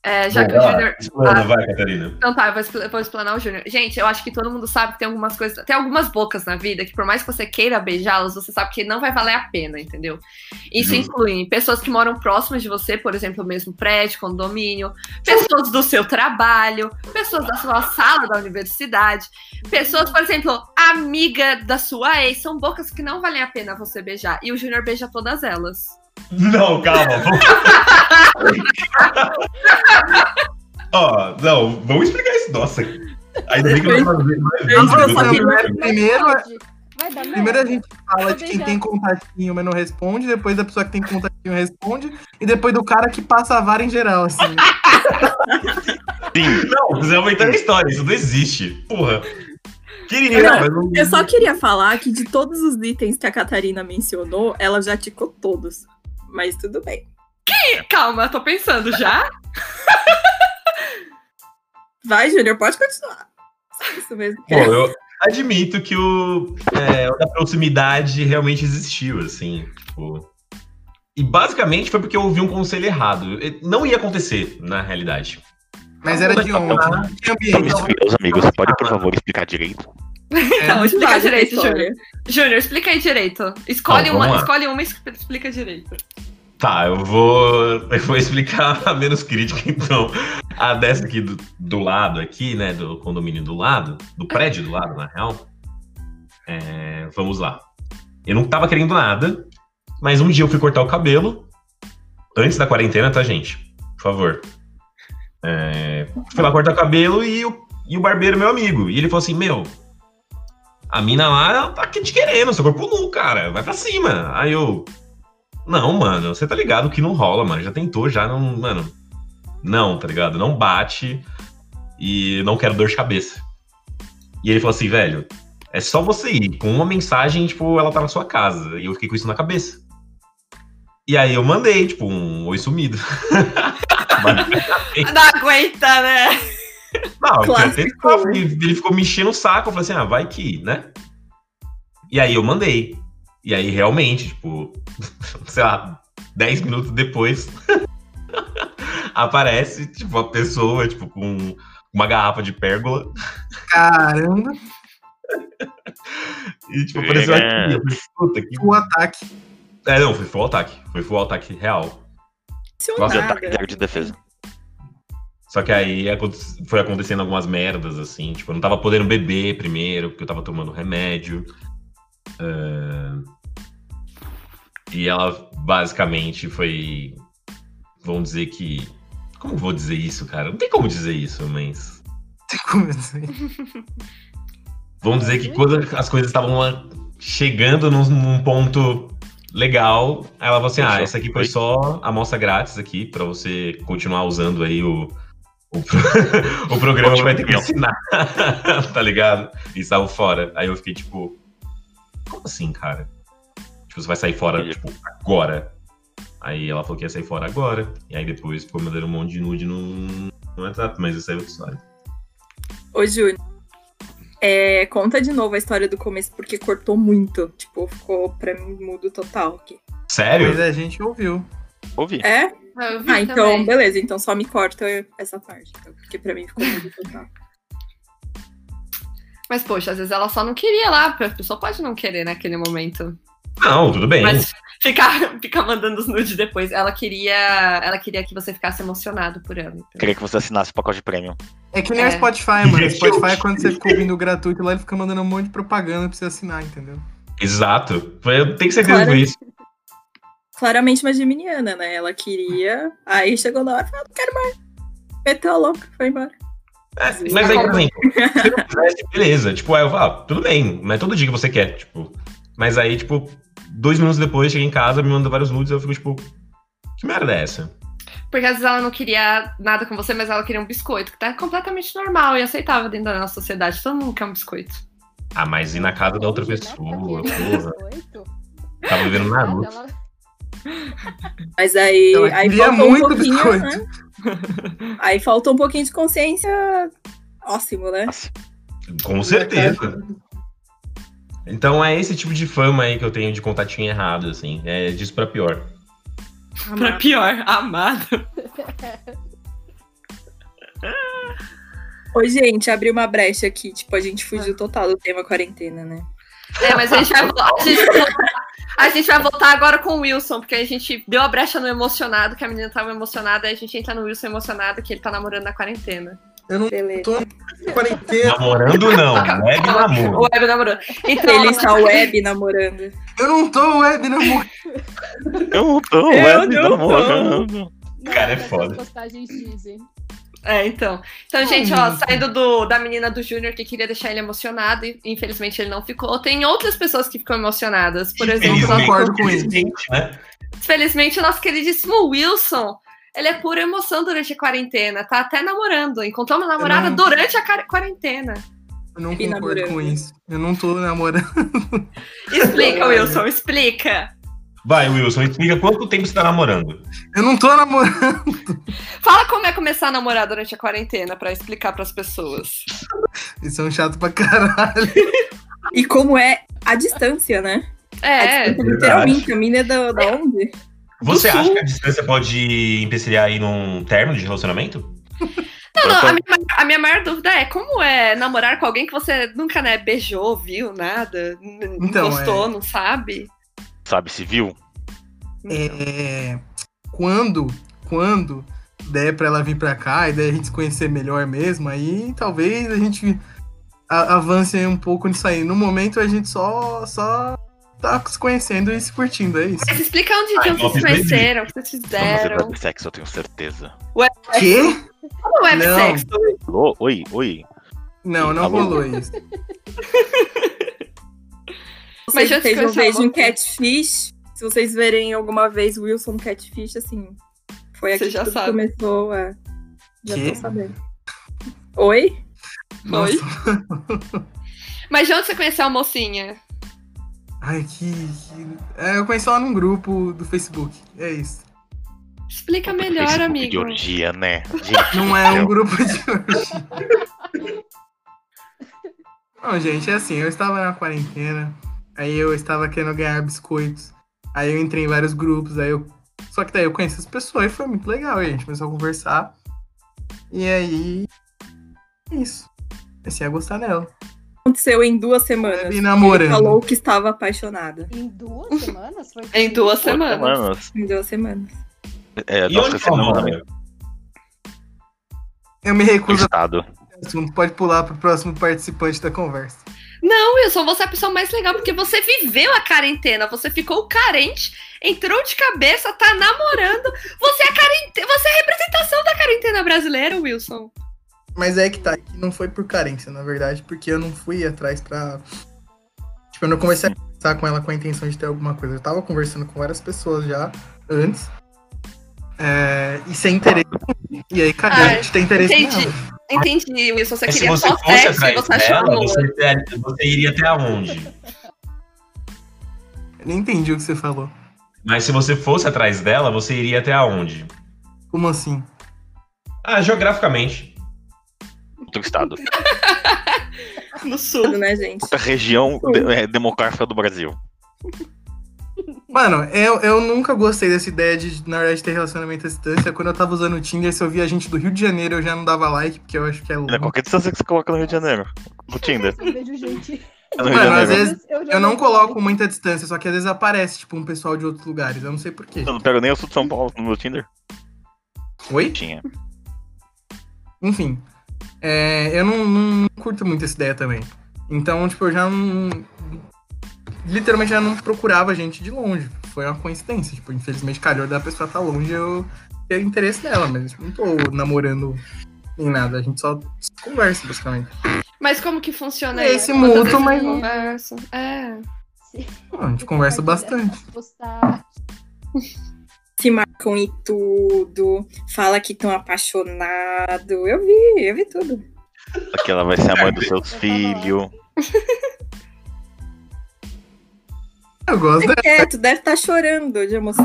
[SPEAKER 3] É, já que o
[SPEAKER 6] Vai lá,
[SPEAKER 3] Júnior
[SPEAKER 6] explana, vai, Catarina.
[SPEAKER 3] Então tá, eu vou, expl- eu vou explanar o Júnior. Gente, eu acho que todo mundo sabe que tem algumas coisas. Tem algumas bocas na vida que, por mais que você queira beijá-las, você sabe que não vai valer a pena, entendeu? Isso
[SPEAKER 6] Justo.
[SPEAKER 3] inclui pessoas que moram próximas de você, por exemplo, o mesmo prédio, condomínio, pessoas do seu trabalho, pessoas da sua sala da universidade, pessoas, por exemplo, amiga da sua ex. São bocas que não valem a pena você beijar. E o Júnior beija todas elas.
[SPEAKER 6] Não, calma. vamos- Ó, não, vamos explicar isso. Nossa. Ainda bem que eu não vou fazer mais né?
[SPEAKER 2] Eu
[SPEAKER 6] isso.
[SPEAKER 2] só
[SPEAKER 4] Bolsonaro
[SPEAKER 2] queria-
[SPEAKER 4] primeiro,
[SPEAKER 5] Pode. Vai dar merda.
[SPEAKER 4] Primeiro a gente fala
[SPEAKER 5] Vou
[SPEAKER 4] de quem
[SPEAKER 5] beijar.
[SPEAKER 4] tem contatinho, mas não responde. Depois da pessoa que tem contatinho responde. E depois do cara que passa a vara em geral, assim.
[SPEAKER 1] Sim,
[SPEAKER 6] Não, vocês aumentaram a história, isso não existe. Porra. Queria,
[SPEAKER 2] Não,
[SPEAKER 6] mas não.
[SPEAKER 2] Eu só queria falar que de todos os itens que a Catarina mencionou, ela já ticou todos. Mas tudo bem.
[SPEAKER 3] Calma, tô pensando já.
[SPEAKER 2] Vai, Júnior, pode continuar. Só isso mesmo.
[SPEAKER 6] Pô, eu admito que o, é, o da proximidade realmente existiu, assim, tipo. E basicamente foi porque eu ouvi um conselho errado. E Não ia acontecer, na realidade.
[SPEAKER 4] Mas era de onde? Que
[SPEAKER 1] então, meus
[SPEAKER 4] ambiente?
[SPEAKER 1] meus amigos, você pode, por favor, explicar direito?
[SPEAKER 2] É
[SPEAKER 3] Então, explica
[SPEAKER 2] Várias
[SPEAKER 3] direito,
[SPEAKER 2] histórias.
[SPEAKER 3] Júnior. Júnior, explica aí direito. Escolhe
[SPEAKER 6] Não, vamos
[SPEAKER 3] uma,
[SPEAKER 6] lá.
[SPEAKER 3] escolhe uma e es- explica direito.
[SPEAKER 6] Tá, eu vou. Eu vou explicar a menos crítica, então. A dessa aqui do, do lado, aqui, né? Do condomínio do lado, do prédio do lado, na real. É, vamos lá. Eu não tava querendo nada, mas um dia eu fui cortar o cabelo. Antes da quarentena, tá, gente? Por favor. É, fui lá cortar o cabelo e o, e o barbeiro, é meu amigo. E ele falou assim: Meu, a mina lá ela tá te querendo, seu corpo nu, cara. Vai pra cima. Aí eu. Não, mano, você tá ligado que não rola, mano. Já tentou, já não. Mano. Não, tá ligado? Não bate e não quero dor de cabeça. E ele falou assim, velho, é só você ir. Com uma mensagem, tipo, ela tá na sua casa. E eu fiquei com isso na cabeça. E aí eu mandei, tipo, um oi sumido.
[SPEAKER 3] Não aguenta, né?
[SPEAKER 6] Não, eu quero
[SPEAKER 2] Clássico.
[SPEAKER 6] tentar. porque Ele ficou me enchendo o saco. Eu falei assim, ah, vai que, né? E aí eu mandei. E aí realmente, tipo, sei lá, 10 minutos depois, aparece, tipo, a pessoa, tipo, com uma garrafa de pérgola.
[SPEAKER 4] Caramba,
[SPEAKER 6] E, tipo, apareceu
[SPEAKER 1] É.
[SPEAKER 6] aqui. Eu falei, puta que.
[SPEAKER 4] o ataque.
[SPEAKER 6] É, não, foi full ataque. Foi full ataque real.
[SPEAKER 1] De
[SPEAKER 2] Mencionada.
[SPEAKER 1] ataque de área tá de defesa.
[SPEAKER 6] Só que aí aconte- foi acontecendo algumas merdas, assim. Tipo, eu não tava podendo beber primeiro, porque eu tava tomando remédio. Ah, E ela basicamente foi. Vamos dizer que. Como eu vou dizer isso, cara? Não tem como dizer isso, mas.
[SPEAKER 4] Tem como dizer?
[SPEAKER 6] Vamos dizer que quando as coisas estavam lá chegando num, num ponto legal, aí ela falou assim: ah, essa aqui foi só amostra grátis aqui, pra você continuar usando aí o. O, pro- o programa vai ter que assinar, tá ligado? E saiu fora. Aí eu fiquei tipo, como assim, cara? Tipo, você vai sair fora, tipo, agora. Aí ela falou que ia sair fora agora. E aí depois ficou mandando um monte de nude no, no WhatsApp, mas isso aí é outra história.
[SPEAKER 2] Ô, Júnior. é, conta de novo a história do começo, porque cortou muito. Tipo, ficou pra mim mudo total aqui.
[SPEAKER 4] Mas
[SPEAKER 6] Sério?
[SPEAKER 4] a gente ouviu.
[SPEAKER 1] Ouvi.
[SPEAKER 2] É?
[SPEAKER 3] Eu vi
[SPEAKER 2] Ah, então,
[SPEAKER 3] também.
[SPEAKER 2] beleza. Então só me corta essa parte. então, porque pra mim ficou mudo total.
[SPEAKER 3] Mas, poxa, às vezes ela só não queria lá, porque a pessoa pode não querer naquele momento.
[SPEAKER 6] Não, tudo bem.
[SPEAKER 3] Mas ficar, ficar mandando os nudes depois. Ela queria, ela queria que você ficasse emocionado por ela. então.
[SPEAKER 1] Queria que você assinasse o pacote de prêmio.
[SPEAKER 4] É que nem o
[SPEAKER 3] É.
[SPEAKER 4] Spotify, mano. O Spotify, quando você fica ouvindo gratuito lá, ele fica mandando um monte de propaganda pra você assinar, entendeu?
[SPEAKER 6] Exato. Foi- Eu tenho certeza que
[SPEAKER 2] Claro.
[SPEAKER 6] foi isso.
[SPEAKER 2] Claramente uma geminiana, né? Ela queria. Aí chegou na hora e falou: não quero mais. Meteu a louca, foi embora.
[SPEAKER 6] É,
[SPEAKER 2] Sim.
[SPEAKER 6] mas aí, por exemplo, se não fizesse, beleza. Tipo, aí eu falo, ah, tudo bem, mas todo dia que você quer, tipo. Mas aí, tipo, dois minutos depois, chega em casa, me manda vários nudes, eu fico, tipo, que merda é essa?
[SPEAKER 3] Porque às vezes ela não queria nada com você, mas ela queria um biscoito, que tá completamente normal e aceitável dentro da nossa sociedade. Todo mundo quer um biscoito.
[SPEAKER 6] Ah, mas ir na casa da outra
[SPEAKER 5] Né? é Tá
[SPEAKER 6] pessoa,
[SPEAKER 5] querendo
[SPEAKER 6] porra.
[SPEAKER 5] biscoito?
[SPEAKER 6] Tava vendo
[SPEAKER 5] Ah,
[SPEAKER 6] Naruto.
[SPEAKER 5] então ela-
[SPEAKER 2] Mas aí.
[SPEAKER 4] Ela
[SPEAKER 2] aí
[SPEAKER 4] queria
[SPEAKER 2] faltou
[SPEAKER 4] muito
[SPEAKER 2] um pouquinho,
[SPEAKER 4] biscoito.
[SPEAKER 2] né? Aí faltou um pouquinho de consciência. Ótimo, né?
[SPEAKER 6] Com certeza. Então é esse tipo de fama aí que eu tenho de contatinho errado, assim. É disso pra pior.
[SPEAKER 3] Pra pior, amado.
[SPEAKER 2] Oi, gente, abriu uma brecha aqui. Tipo, a gente fugiu total do tema quarentena, né?
[SPEAKER 3] É, mas a gente vai voltar. A gente, vai voltar- a gente vai voltar agora com o Wilson, porque a gente deu a brecha no emocionado, que a menina tava emocionada, aí a gente entra no Wilson emocionado, que ele tá namorando na quarentena.
[SPEAKER 4] Eu não
[SPEAKER 2] Beleza.
[SPEAKER 4] tô quarentena.
[SPEAKER 6] Namorando não, web
[SPEAKER 3] O
[SPEAKER 6] É namoro.
[SPEAKER 3] Web namorou. Então,
[SPEAKER 2] Ele
[SPEAKER 3] ela-
[SPEAKER 2] está web namorando.
[SPEAKER 4] Eu não tô web namorando.
[SPEAKER 1] Eu não tô, é,
[SPEAKER 2] Eu
[SPEAKER 1] Wesley,
[SPEAKER 2] não
[SPEAKER 1] namorando.
[SPEAKER 5] Não,
[SPEAKER 6] Cara, é
[SPEAKER 5] essas
[SPEAKER 6] foda.
[SPEAKER 5] postagens dizem.
[SPEAKER 3] É, então. Então, gente, ó, saindo do, da menina do Júnior que queria deixar ele emocionado e infelizmente ele não ficou. Tem outras pessoas que ficam emocionadas. Por exemplo,
[SPEAKER 4] Felizmente.
[SPEAKER 3] nosso-
[SPEAKER 4] concordo com ele.
[SPEAKER 6] Felizmente, né?
[SPEAKER 3] felizmente o nosso queridíssimo Wilson. Ele é pura emoção durante a quarentena. Tá até namorando. Encontrou uma namorada
[SPEAKER 4] não-
[SPEAKER 3] durante a car- quarentena.
[SPEAKER 4] Eu não
[SPEAKER 2] E
[SPEAKER 4] concordo com
[SPEAKER 2] namorando.
[SPEAKER 4] isso. Eu não tô namorando.
[SPEAKER 3] Explica, Wilson, explica.
[SPEAKER 6] Vai, Wilson, explica quanto tempo você tá namorando.
[SPEAKER 4] Eu não tô namorando.
[SPEAKER 3] Fala como é começar a namorar durante a quarentena pra explicar pras pessoas.
[SPEAKER 4] Isso é um chato pra caralho.
[SPEAKER 2] E como é a distância, né?
[SPEAKER 3] É,
[SPEAKER 2] a distância, literalmente, a mina é da, da onde?
[SPEAKER 6] Você
[SPEAKER 3] sul.
[SPEAKER 6] acha que a distância pode empecilhar aí num término de relacionamento?
[SPEAKER 3] Não, não,
[SPEAKER 1] Então-
[SPEAKER 3] a minha, ma- a minha maior dúvida é como é namorar com alguém que você nunca, né, beijou, viu, nada, n- não
[SPEAKER 4] Então,
[SPEAKER 3] gostou, não sabe.
[SPEAKER 1] Sabe, se viu?
[SPEAKER 4] É, quando, quando der pra ela vir pra cá e daí a gente se conhecer melhor mesmo, aí talvez a gente a- avance aí um pouco nisso aí. No momento a gente só, só tá se conhecendo e se curtindo, é isso.
[SPEAKER 3] Mas explica onde de onde
[SPEAKER 6] nossa,
[SPEAKER 3] vocês se
[SPEAKER 6] entendi.
[SPEAKER 3] conheceram, o que vocês
[SPEAKER 1] Você vai
[SPEAKER 3] fizeram.
[SPEAKER 1] ter sexo, eu tenho certeza.
[SPEAKER 4] Quê?
[SPEAKER 3] Como é
[SPEAKER 4] Não.
[SPEAKER 3] sexo?
[SPEAKER 1] Alô? Oi, oi.
[SPEAKER 4] Não, não
[SPEAKER 1] Alô?
[SPEAKER 4] rolou isso.
[SPEAKER 3] Mas
[SPEAKER 2] Vocês
[SPEAKER 3] já
[SPEAKER 2] fez um
[SPEAKER 3] descansava
[SPEAKER 2] beijo em
[SPEAKER 3] um pouco.
[SPEAKER 2] Catfish. Se vocês verem alguma vez Wilson Catfish, assim, foi aqui
[SPEAKER 3] Você já
[SPEAKER 2] que tudo
[SPEAKER 3] sabe.
[SPEAKER 2] começou a... Já
[SPEAKER 4] Quê?
[SPEAKER 2] tô sabendo. Oi?
[SPEAKER 4] Nossa.
[SPEAKER 3] Oi? Mas de onde você conheceu a mocinha?
[SPEAKER 4] Ai, que. que- É, eu conheci ela num grupo do Facebook. É isso.
[SPEAKER 3] Explica
[SPEAKER 1] Grupo do
[SPEAKER 3] melhor,
[SPEAKER 1] Facebook tipo De
[SPEAKER 3] amigo.
[SPEAKER 1] orgia, né? Gente,
[SPEAKER 4] Não
[SPEAKER 1] do
[SPEAKER 4] é um
[SPEAKER 1] céu.
[SPEAKER 4] grupo de. Não, gente, é assim, eu estava na quarentena, aí eu estava querendo ganhar biscoitos, aí eu entrei em vários grupos, aí eu. Só que daí eu conheci as pessoas e foi muito legal, e a gente começou a conversar. E aí. É isso. Comecei a gostar dela.
[SPEAKER 2] Aconteceu em duas semanas.
[SPEAKER 4] Tá Me namorando.
[SPEAKER 2] Falou que estava apaixonada.
[SPEAKER 5] Em duas semanas? Foi
[SPEAKER 3] Em duas semanas.
[SPEAKER 1] Semanas.
[SPEAKER 2] Em duas semanas.
[SPEAKER 1] um- É,
[SPEAKER 6] E onde
[SPEAKER 1] nossa,
[SPEAKER 6] você
[SPEAKER 1] semana.
[SPEAKER 6] namora?
[SPEAKER 4] Eu me recuso
[SPEAKER 1] Estado.
[SPEAKER 4] ao assunto, pode pular pro próximo participante da conversa.
[SPEAKER 3] Não, Wilson, você é a pessoa mais legal, porque você viveu a quarentena, você ficou carente, entrou de cabeça, tá namorando. Você é a, quarente- você é a representação da quarentena brasileira, Wilson.
[SPEAKER 4] Mas é que tá, que não foi por carência, na verdade, porque eu não fui atrás pra. Tipo, eu não comecei a conversar com ela com a intenção de ter alguma coisa. Eu tava conversando com várias pessoas já antes. é, e sem interesse. E aí, cadê?
[SPEAKER 3] Ah,
[SPEAKER 4] a gente tem interesse
[SPEAKER 3] entendi.
[SPEAKER 4] nela.
[SPEAKER 3] Entendi, Wilson. Você
[SPEAKER 6] Mas se
[SPEAKER 3] queria
[SPEAKER 6] você
[SPEAKER 3] é só
[SPEAKER 6] fosse
[SPEAKER 3] sexo e
[SPEAKER 6] atrás
[SPEAKER 3] você achou
[SPEAKER 6] dela,
[SPEAKER 3] amor.
[SPEAKER 6] você, ter- você iria até aonde?
[SPEAKER 4] Eu nem entendi o que você falou.
[SPEAKER 6] Mas se você fosse atrás dela, você iria até aonde?
[SPEAKER 4] Como assim?
[SPEAKER 6] Ah, geograficamente.
[SPEAKER 1] Outro estado.
[SPEAKER 3] no
[SPEAKER 2] Tudo,
[SPEAKER 3] sul.
[SPEAKER 2] né, gente?
[SPEAKER 1] Outra região de- é, demográfica do Brasil.
[SPEAKER 4] Mano, eu, eu nunca gostei dessa ideia de, na verdade, ter relacionamento à distância. Quando eu tava usando o Tinder, se eu via gente do Rio de Janeiro, eu já não dava like, porque eu acho que é
[SPEAKER 1] É
[SPEAKER 4] louco.
[SPEAKER 1] qualquer distância que você coloca no Rio de Janeiro. No Tinder.
[SPEAKER 5] Eu vejo gente.
[SPEAKER 1] É no Rio de
[SPEAKER 4] Mano, às
[SPEAKER 1] Janeiro.
[SPEAKER 4] vezes
[SPEAKER 5] eu, já
[SPEAKER 4] Eu não
[SPEAKER 5] vejo
[SPEAKER 4] coloco muita distância, só que às vezes aparece, tipo, um pessoal de outros lugares. Eu não sei porquê.
[SPEAKER 1] Eu não pego nem o sul de São Paulo no meu Tinder.
[SPEAKER 4] Oi?
[SPEAKER 1] Tinha.
[SPEAKER 4] Enfim, é, eu não, não- não curto muito essa ideia também. Então, tipo, eu já não. Literalmente já não procurava gente de longe. Foi uma coincidência. Tipo, infelizmente calhou da pessoa tá longe eu ter interesse nela, mas tipo, não tô namorando nem nada. A gente só conversa, basicamente.
[SPEAKER 3] Mas como que funciona
[SPEAKER 4] É
[SPEAKER 3] isso?
[SPEAKER 4] esse
[SPEAKER 3] Quantas
[SPEAKER 4] mútuo,
[SPEAKER 3] vezes
[SPEAKER 4] mas-
[SPEAKER 3] vocês conversam? É.
[SPEAKER 5] Se-
[SPEAKER 4] Ah, a gente conversa bastante.
[SPEAKER 5] Postar.
[SPEAKER 2] Se marcam em tudo. Fala que estão apaixonado. Eu vi, eu vi tudo.
[SPEAKER 1] Aqui ela vai ser a mãe dos seus
[SPEAKER 5] Eu tava
[SPEAKER 1] filhos.
[SPEAKER 4] Eu gosto
[SPEAKER 2] Fica quieto, É, deve estar chorando de emoção.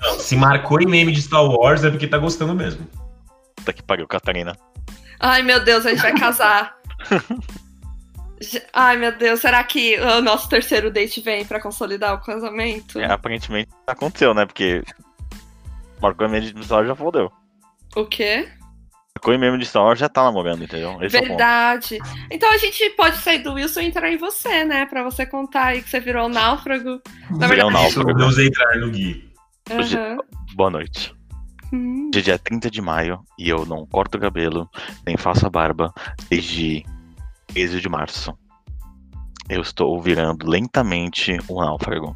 [SPEAKER 6] Não, se marcou em meme de Star Wars é porque tá gostando mesmo.
[SPEAKER 1] Puta que pariu, Catarina.
[SPEAKER 3] Ai, meu Deus, a gente vai casar. Je- Ai, meu Deus, será que o nosso terceiro date vem pra consolidar o casamento?
[SPEAKER 1] É, aparentemente aconteceu, né? Porque marcou em meme de Star Wars já fodeu.
[SPEAKER 3] O quê?
[SPEAKER 1] Marcou em meme de Star Wars já tá namorando, entendeu? Esse é o ponto.
[SPEAKER 3] Verdade. Então a gente pode sair do Wilson e entrar em você, né? Pra você contar aí que você virou um náufrago. Na
[SPEAKER 1] Virou um
[SPEAKER 3] verdade,
[SPEAKER 1] náufrago.
[SPEAKER 6] Vamos é entrar no Gui.
[SPEAKER 1] Hoje-
[SPEAKER 3] Aham.
[SPEAKER 1] Boa noite.
[SPEAKER 3] Hum.
[SPEAKER 1] Hoje é dia 30 de maio e eu não corto o cabelo, nem faço a barba desde 13 de março. Eu estou virando lentamente um náufrago.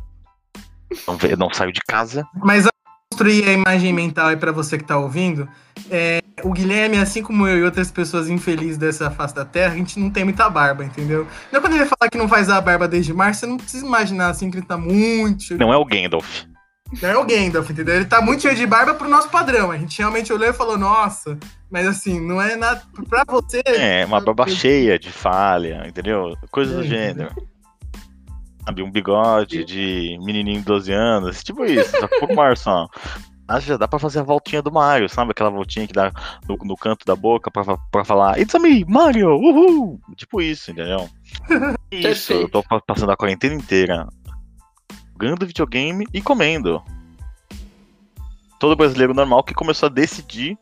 [SPEAKER 1] Não, ve- não saio de casa,
[SPEAKER 4] Mas a construir a imagem mental aí pra você que tá ouvindo, é, o Guilherme, assim como eu e outras pessoas infelizes dessa face da Terra, a gente não tem muita barba, entendeu? Então quando ele falar que não faz a barba desde março, você não precisa imaginar assim que ele tá muito cheio
[SPEAKER 1] Não é o Gandalf.
[SPEAKER 4] não é o Gandalf, entendeu? Ele tá muito cheio de barba pro nosso padrão. A gente realmente olhou e falou, nossa, mas assim, não é nada. Pra você.
[SPEAKER 1] É, uma barba
[SPEAKER 4] Ele-
[SPEAKER 1] cheia de falha, entendeu? Coisas do
[SPEAKER 4] É.
[SPEAKER 1] gênero. Sabe, um bigode de menininho de 12 anos, tipo isso, só que um pouco maior só. Acho que já dá pra fazer a voltinha do Mario, sabe? Aquela voltinha que dá no, no canto da boca pra, fa- pra falar It's a me, Mario! Uhul! Tipo isso, entendeu? Isso, eu tô pa- passando a quarentena inteira jogando videogame e comendo. Todo brasileiro normal que começou a decidir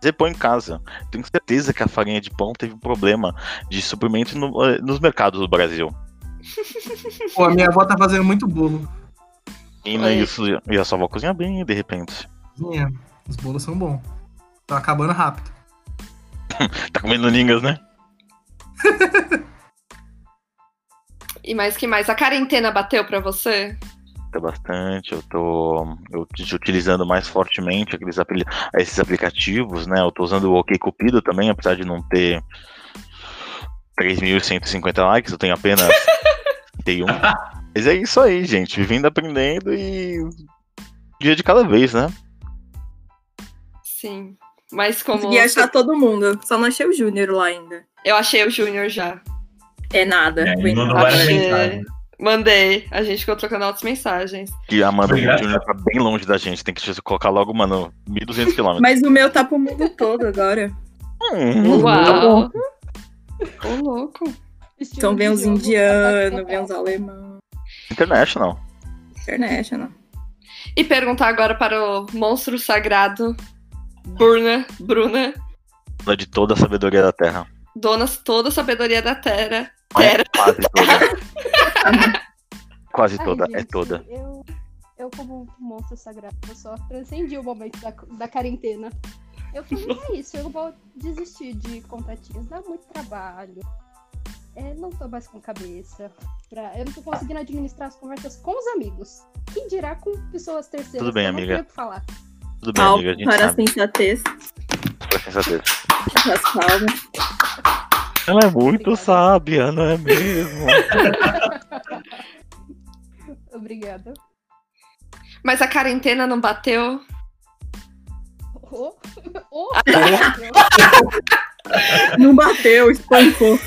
[SPEAKER 1] fazer pão em casa. Tenho certeza que a farinha de pão teve um problema de suprimento no- eh, nos mercados do Brasil.
[SPEAKER 4] Pô, a minha avó tá fazendo muito bolo.
[SPEAKER 1] E, né,
[SPEAKER 3] Oi.
[SPEAKER 1] isso, e a sua avó cozinha bem, de repente.
[SPEAKER 4] Minha, os bolos são bons. Tá acabando rápido.
[SPEAKER 1] Tá comendo lingas, né?
[SPEAKER 3] E mais que mais, a quarentena bateu pra você?
[SPEAKER 1] Tá bastante. Eu tô eu te- utilizando mais fortemente aqueles apli- esses aplicativos, né? Eu tô usando o OkCupido também, apesar de não ter 3.150 likes, eu tenho apenas 31. Mas é isso aí, gente. Vivendo, aprendendo e. um Dia de cada vez, né?
[SPEAKER 3] Sim. Mas como.
[SPEAKER 2] Consegui achar todo mundo. Só não achei o Júnior lá ainda.
[SPEAKER 3] Eu achei o Júnior já.
[SPEAKER 2] É nada.
[SPEAKER 6] É,
[SPEAKER 2] Bem,
[SPEAKER 6] não, não
[SPEAKER 2] nada.
[SPEAKER 6] era
[SPEAKER 3] Achei.
[SPEAKER 6] mensagem.
[SPEAKER 3] Mandei. A gente ficou trocando altas mensagens.
[SPEAKER 1] Que a Amanda
[SPEAKER 6] Obrigado.
[SPEAKER 1] Júnior tá bem longe da gente. Tem que colocar logo, mano, 1.200 quilômetros.
[SPEAKER 2] Mas o meu tá pro mundo todo agora.
[SPEAKER 1] Hum,
[SPEAKER 5] Uhum. Tá
[SPEAKER 3] Uau! Ô, louco.
[SPEAKER 2] Então vem os
[SPEAKER 5] tá?
[SPEAKER 2] indianos, vem os alemães. né?
[SPEAKER 1] international.
[SPEAKER 2] International.
[SPEAKER 3] E perguntar agora para o monstro sagrado, Bruna, Bruna,
[SPEAKER 1] Ela é De toda a sabedoria da Terra.
[SPEAKER 3] dona de toda a sabedoria da Terra.
[SPEAKER 1] É
[SPEAKER 3] Terra.
[SPEAKER 1] quase toda. quase toda, é toda.
[SPEAKER 5] Eu, eu, como monstro sagrado, eu só transcendi o momento da, da quarentena. Eu falei, é isso, eu vou desistir de contatinhos, dá muito trabalho. É, não tô mais com cabeça. Pra... Eu não tô conseguindo administrar as conversas com os amigos. Quem dirá com pessoas terceiras?
[SPEAKER 1] Tudo bem,
[SPEAKER 5] eu não
[SPEAKER 1] amiga.
[SPEAKER 5] tenho o que falar.
[SPEAKER 1] Tudo bem, amiga, a
[SPEAKER 2] Palmas
[SPEAKER 1] gente
[SPEAKER 2] para a
[SPEAKER 1] sabe.
[SPEAKER 2] sensatez.
[SPEAKER 1] Super sensatez.
[SPEAKER 2] As palmas.
[SPEAKER 1] Ela é muito sábia, não é mesmo?
[SPEAKER 5] Obrigada.
[SPEAKER 3] Mas a quarentena não bateu.
[SPEAKER 5] Oh, oh,
[SPEAKER 2] Não bateu, espancou.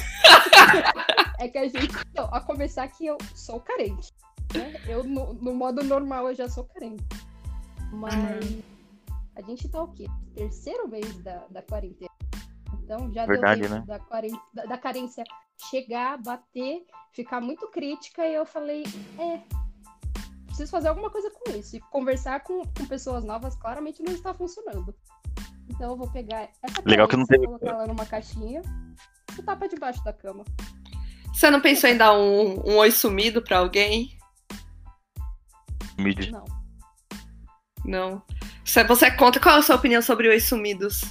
[SPEAKER 5] É que a gente. Não, a começar que eu sou carente. Né? Eu, no, no modo normal, eu já sou carente. Mas
[SPEAKER 1] Uhum.
[SPEAKER 5] a gente tá o quê? Terceiro mês da, da quarentena. Então já
[SPEAKER 1] Verdade,
[SPEAKER 5] deu tempo
[SPEAKER 1] né?
[SPEAKER 5] da, quaren- da, da carência chegar, bater, ficar muito crítica. E eu falei, é. Preciso fazer alguma coisa com isso. E conversar com, com pessoas novas claramente não está funcionando. Então eu vou pegar essa
[SPEAKER 1] Legal que não
[SPEAKER 5] carência,
[SPEAKER 1] teve-
[SPEAKER 5] colocar ela numa caixinha e tapa debaixo da cama.
[SPEAKER 3] Você não pensou em dar um, um oi sumido pra alguém?
[SPEAKER 1] Mid-
[SPEAKER 5] Não.
[SPEAKER 3] Não. Você, você conta qual é a sua opinião sobre oi sumidos?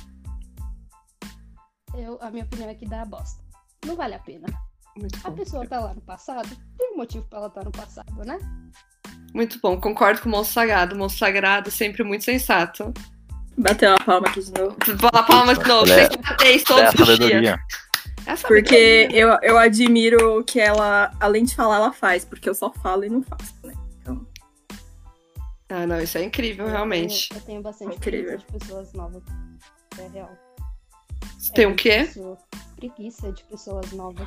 [SPEAKER 5] Eu, a minha opinião é que dá bosta. Não vale a pena.
[SPEAKER 3] Muito
[SPEAKER 5] A
[SPEAKER 3] bom.
[SPEAKER 5] pessoa tá lá no passado, tem um motivo pra ela estar no passado, né?
[SPEAKER 3] Muito bom. Concordo com o monstro sagrado. O monstro sagrado sempre muito sensato.
[SPEAKER 2] Bateu a palma aqui de novo.
[SPEAKER 3] Fala palmas de novo.
[SPEAKER 1] Ela é-
[SPEAKER 3] Sensatez
[SPEAKER 1] é a
[SPEAKER 3] todos os dias.
[SPEAKER 1] sabedoria.
[SPEAKER 3] É a sabedoria.
[SPEAKER 2] Porque eu, eu admiro que ela, além de falar, ela faz. Porque eu só falo e não faço, né?
[SPEAKER 3] Ah, não, isso é incrível,
[SPEAKER 5] Eu-
[SPEAKER 3] realmente.
[SPEAKER 5] Eu, eu tenho bastante
[SPEAKER 2] Incrível.
[SPEAKER 5] preguiça de pessoas novas. É real.
[SPEAKER 3] Tem
[SPEAKER 5] É,
[SPEAKER 3] o quê?
[SPEAKER 5] isso. Preguiça de pessoas novas.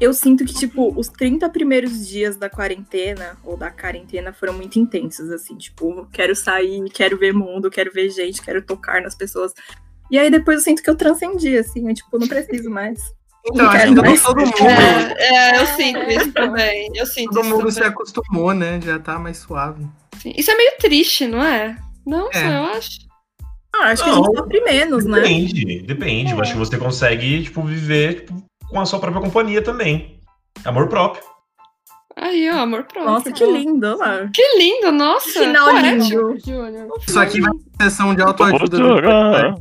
[SPEAKER 2] Eu sinto que, tipo, os 30 primeiros dias da quarentena, ou da quarentena, foram muito intensos, assim. Tipo, quero sair, quero ver mundo, quero ver gente, quero tocar nas pessoas. E aí depois eu sinto que eu transcendi, assim. Eu, tipo, não preciso mais.
[SPEAKER 4] Então, acho
[SPEAKER 2] Quero
[SPEAKER 4] que não
[SPEAKER 2] mais.
[SPEAKER 4] todo mundo.
[SPEAKER 3] É, é, eu sinto isso também. Eu sinto
[SPEAKER 4] Todo
[SPEAKER 3] isso
[SPEAKER 4] mundo se
[SPEAKER 3] também.
[SPEAKER 4] acostumou, né? Já tá mais suave.
[SPEAKER 3] Sim. Isso é meio triste, não é? Não, só eu acho.
[SPEAKER 2] Ah, acho que a
[SPEAKER 6] Não.
[SPEAKER 2] gente sofre menos, né?
[SPEAKER 6] Depende, depende. Eu acho que você consegue, tipo, viver tipo, com a sua própria companhia também. Amor próprio.
[SPEAKER 3] Aí, ó, amor próprio.
[SPEAKER 2] Nossa, que lindo, olha lá.
[SPEAKER 3] Que lindo, nossa.
[SPEAKER 2] Final
[SPEAKER 3] poético.
[SPEAKER 2] lindo.
[SPEAKER 5] Júnior, Júnior.
[SPEAKER 4] Isso aqui vai ser sessão de autoajuda.
[SPEAKER 1] Vou chorar.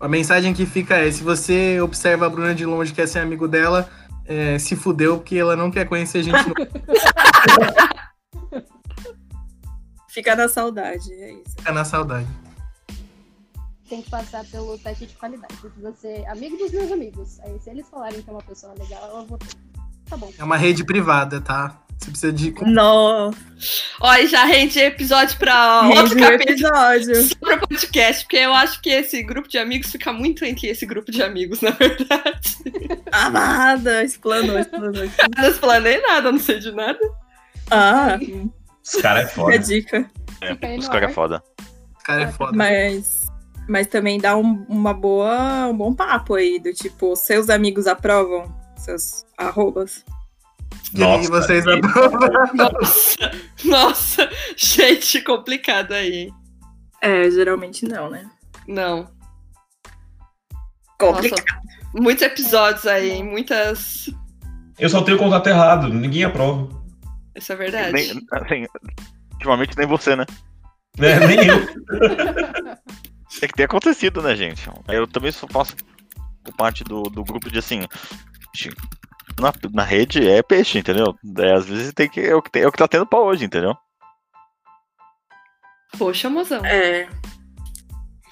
[SPEAKER 4] A mensagem que fica é: se você observa a Bruna de longe e quer ser é amigo dela, é, se fudeu porque ela não quer conhecer gente nova.
[SPEAKER 2] Fica na saudade, é isso.
[SPEAKER 4] Fica tá na saudade.
[SPEAKER 5] Tem que passar pelo teste de qualidade. Precisa ser amigo dos meus amigos. Aí se eles falarem que é uma pessoa legal, eu vou. Tá bom.
[SPEAKER 4] É uma rede privada, tá? Você precisa de.
[SPEAKER 2] Nossa,
[SPEAKER 3] Olha, já rende episódio pra
[SPEAKER 2] rende
[SPEAKER 3] outro
[SPEAKER 2] o
[SPEAKER 3] capítulo
[SPEAKER 2] episódio.
[SPEAKER 3] sobre o podcast, porque eu acho que esse grupo de amigos fica muito entre esse grupo de amigos, na verdade.
[SPEAKER 2] Amada, explanou, explanou. explanou.
[SPEAKER 3] Eu não explanei nada, eu não sei de nada.
[SPEAKER 2] Ah,
[SPEAKER 6] Esse cara é
[SPEAKER 2] fica a
[SPEAKER 6] foda.
[SPEAKER 2] Ah, dica.
[SPEAKER 5] Fica aí
[SPEAKER 1] Os
[SPEAKER 5] no
[SPEAKER 1] caras
[SPEAKER 5] ar.
[SPEAKER 1] é foda.
[SPEAKER 4] Esse cara é foda.
[SPEAKER 2] Mas, mas também dá um, uma boa, um bom papo aí, do tipo, seus amigos aprovam seus arrobas.
[SPEAKER 4] E aí, vocês
[SPEAKER 6] cara,
[SPEAKER 4] aprovam.
[SPEAKER 3] Nossa, nossa, gente, complicado aí.
[SPEAKER 2] É, geralmente não, né?
[SPEAKER 3] Não. Nossa,
[SPEAKER 2] Complicado.
[SPEAKER 3] muitos episódios aí, hein? muitas.
[SPEAKER 6] Eu só tenho o contato errado, ninguém aprova.
[SPEAKER 3] Isso é verdade.
[SPEAKER 1] Nem, assim, ultimamente nem você, né?
[SPEAKER 6] É, nem eu.
[SPEAKER 1] É que tem acontecido, né, gente? Eu também só faço parte do, do grupo de assim. gente, Na, na rede é peixe, entendeu? É, às vezes tem que, é, o que tem- é o que tá tendo pra hoje, entendeu?
[SPEAKER 3] Poxa, mozão.
[SPEAKER 2] É,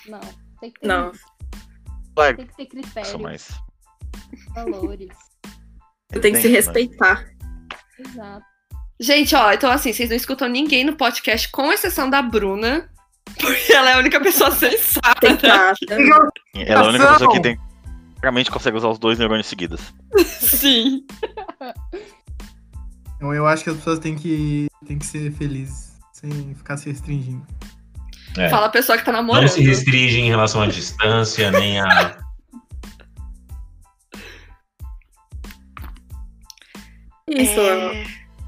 [SPEAKER 5] Não, tem que ter,
[SPEAKER 2] não.
[SPEAKER 1] Claro,
[SPEAKER 5] Tem que ter
[SPEAKER 1] isso,
[SPEAKER 5] critério,
[SPEAKER 1] mas.
[SPEAKER 5] valores.
[SPEAKER 2] Tu tem que se
[SPEAKER 1] né?
[SPEAKER 2] respeitar.
[SPEAKER 5] Exato.
[SPEAKER 3] Gente, ó, então assim, vocês não escutam ninguém no podcast, com exceção da Bruna, porque ela é a única pessoa sensata.
[SPEAKER 2] Tem né? data.
[SPEAKER 1] Ela é a única
[SPEAKER 4] Ação!
[SPEAKER 1] pessoa que tem. Realmente consegue usar os dois neurônios seguidos.
[SPEAKER 3] Sim.
[SPEAKER 4] Então eu acho que as pessoas têm que, têm que ser felizes, sem ficar se restringindo.
[SPEAKER 6] É.
[SPEAKER 3] Fala a pessoa que tá
[SPEAKER 6] Não
[SPEAKER 3] namorando.
[SPEAKER 6] se restringe em relação à distância, nem a.
[SPEAKER 2] Isso,
[SPEAKER 3] É,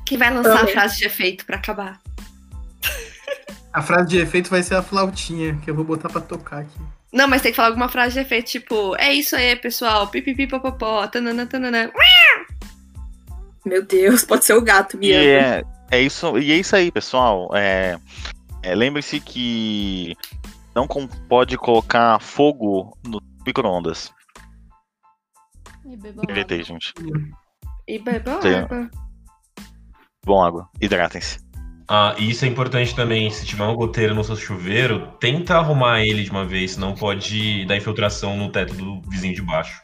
[SPEAKER 3] Quem vai lançar
[SPEAKER 2] Também.
[SPEAKER 3] a frase de efeito pra acabar?
[SPEAKER 4] A frase de efeito vai ser a flautinha, que eu vou botar pra tocar aqui.
[SPEAKER 3] Não, mas tem que falar alguma frase de efeito, tipo, é isso aí, pessoal, pipipi, popopó, tananã, tananã.
[SPEAKER 2] meu Deus, pode ser o gato,
[SPEAKER 1] E
[SPEAKER 2] Mia.
[SPEAKER 1] é, é isso, e é isso aí, pessoal. É, é, Lembre-se que não com- pode colocar fogo no micro-ondas.
[SPEAKER 5] E bebam
[SPEAKER 1] Inventei, gente.
[SPEAKER 3] E bebê,
[SPEAKER 1] Sim. Bom água. Hidratem-se.
[SPEAKER 6] Ah, e isso é importante também. Se tiver uma goteira no seu chuveiro, tenta arrumar ele de uma vez, senão pode dar infiltração no teto do vizinho de baixo.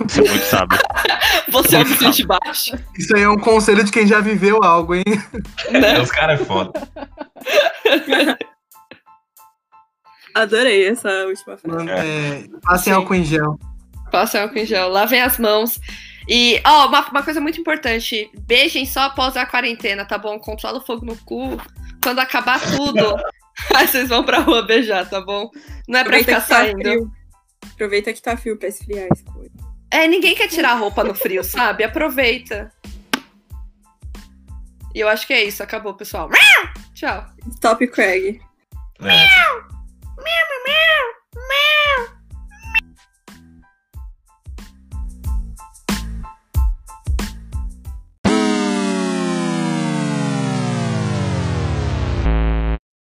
[SPEAKER 1] Você muito sabe.
[SPEAKER 3] Você é o vizinho de baixo?
[SPEAKER 4] Isso aí é um conselho de quem já viveu algo, hein?
[SPEAKER 6] Os caras é foda.
[SPEAKER 2] Adorei essa última frase.
[SPEAKER 4] Mano, é, passem álcool em gel.
[SPEAKER 3] Passem álcool em gel, lavem as mãos. E, ó, uma, uma coisa muito importante: beijem só após a quarentena, tá bom? Controla o fogo no cu. Quando acabar tudo, aí vocês vão pra rua beijar, tá bom? Não é pra
[SPEAKER 2] Aproveita
[SPEAKER 3] ficar
[SPEAKER 2] que tá
[SPEAKER 3] saindo.
[SPEAKER 2] frio. Aproveita que tá frio pra esfriar as coisas.
[SPEAKER 3] É, ninguém quer tirar a roupa no frio, sabe? Aproveita. E eu acho que é isso, acabou, pessoal. Tchau.
[SPEAKER 2] Stop Craig.
[SPEAKER 6] É.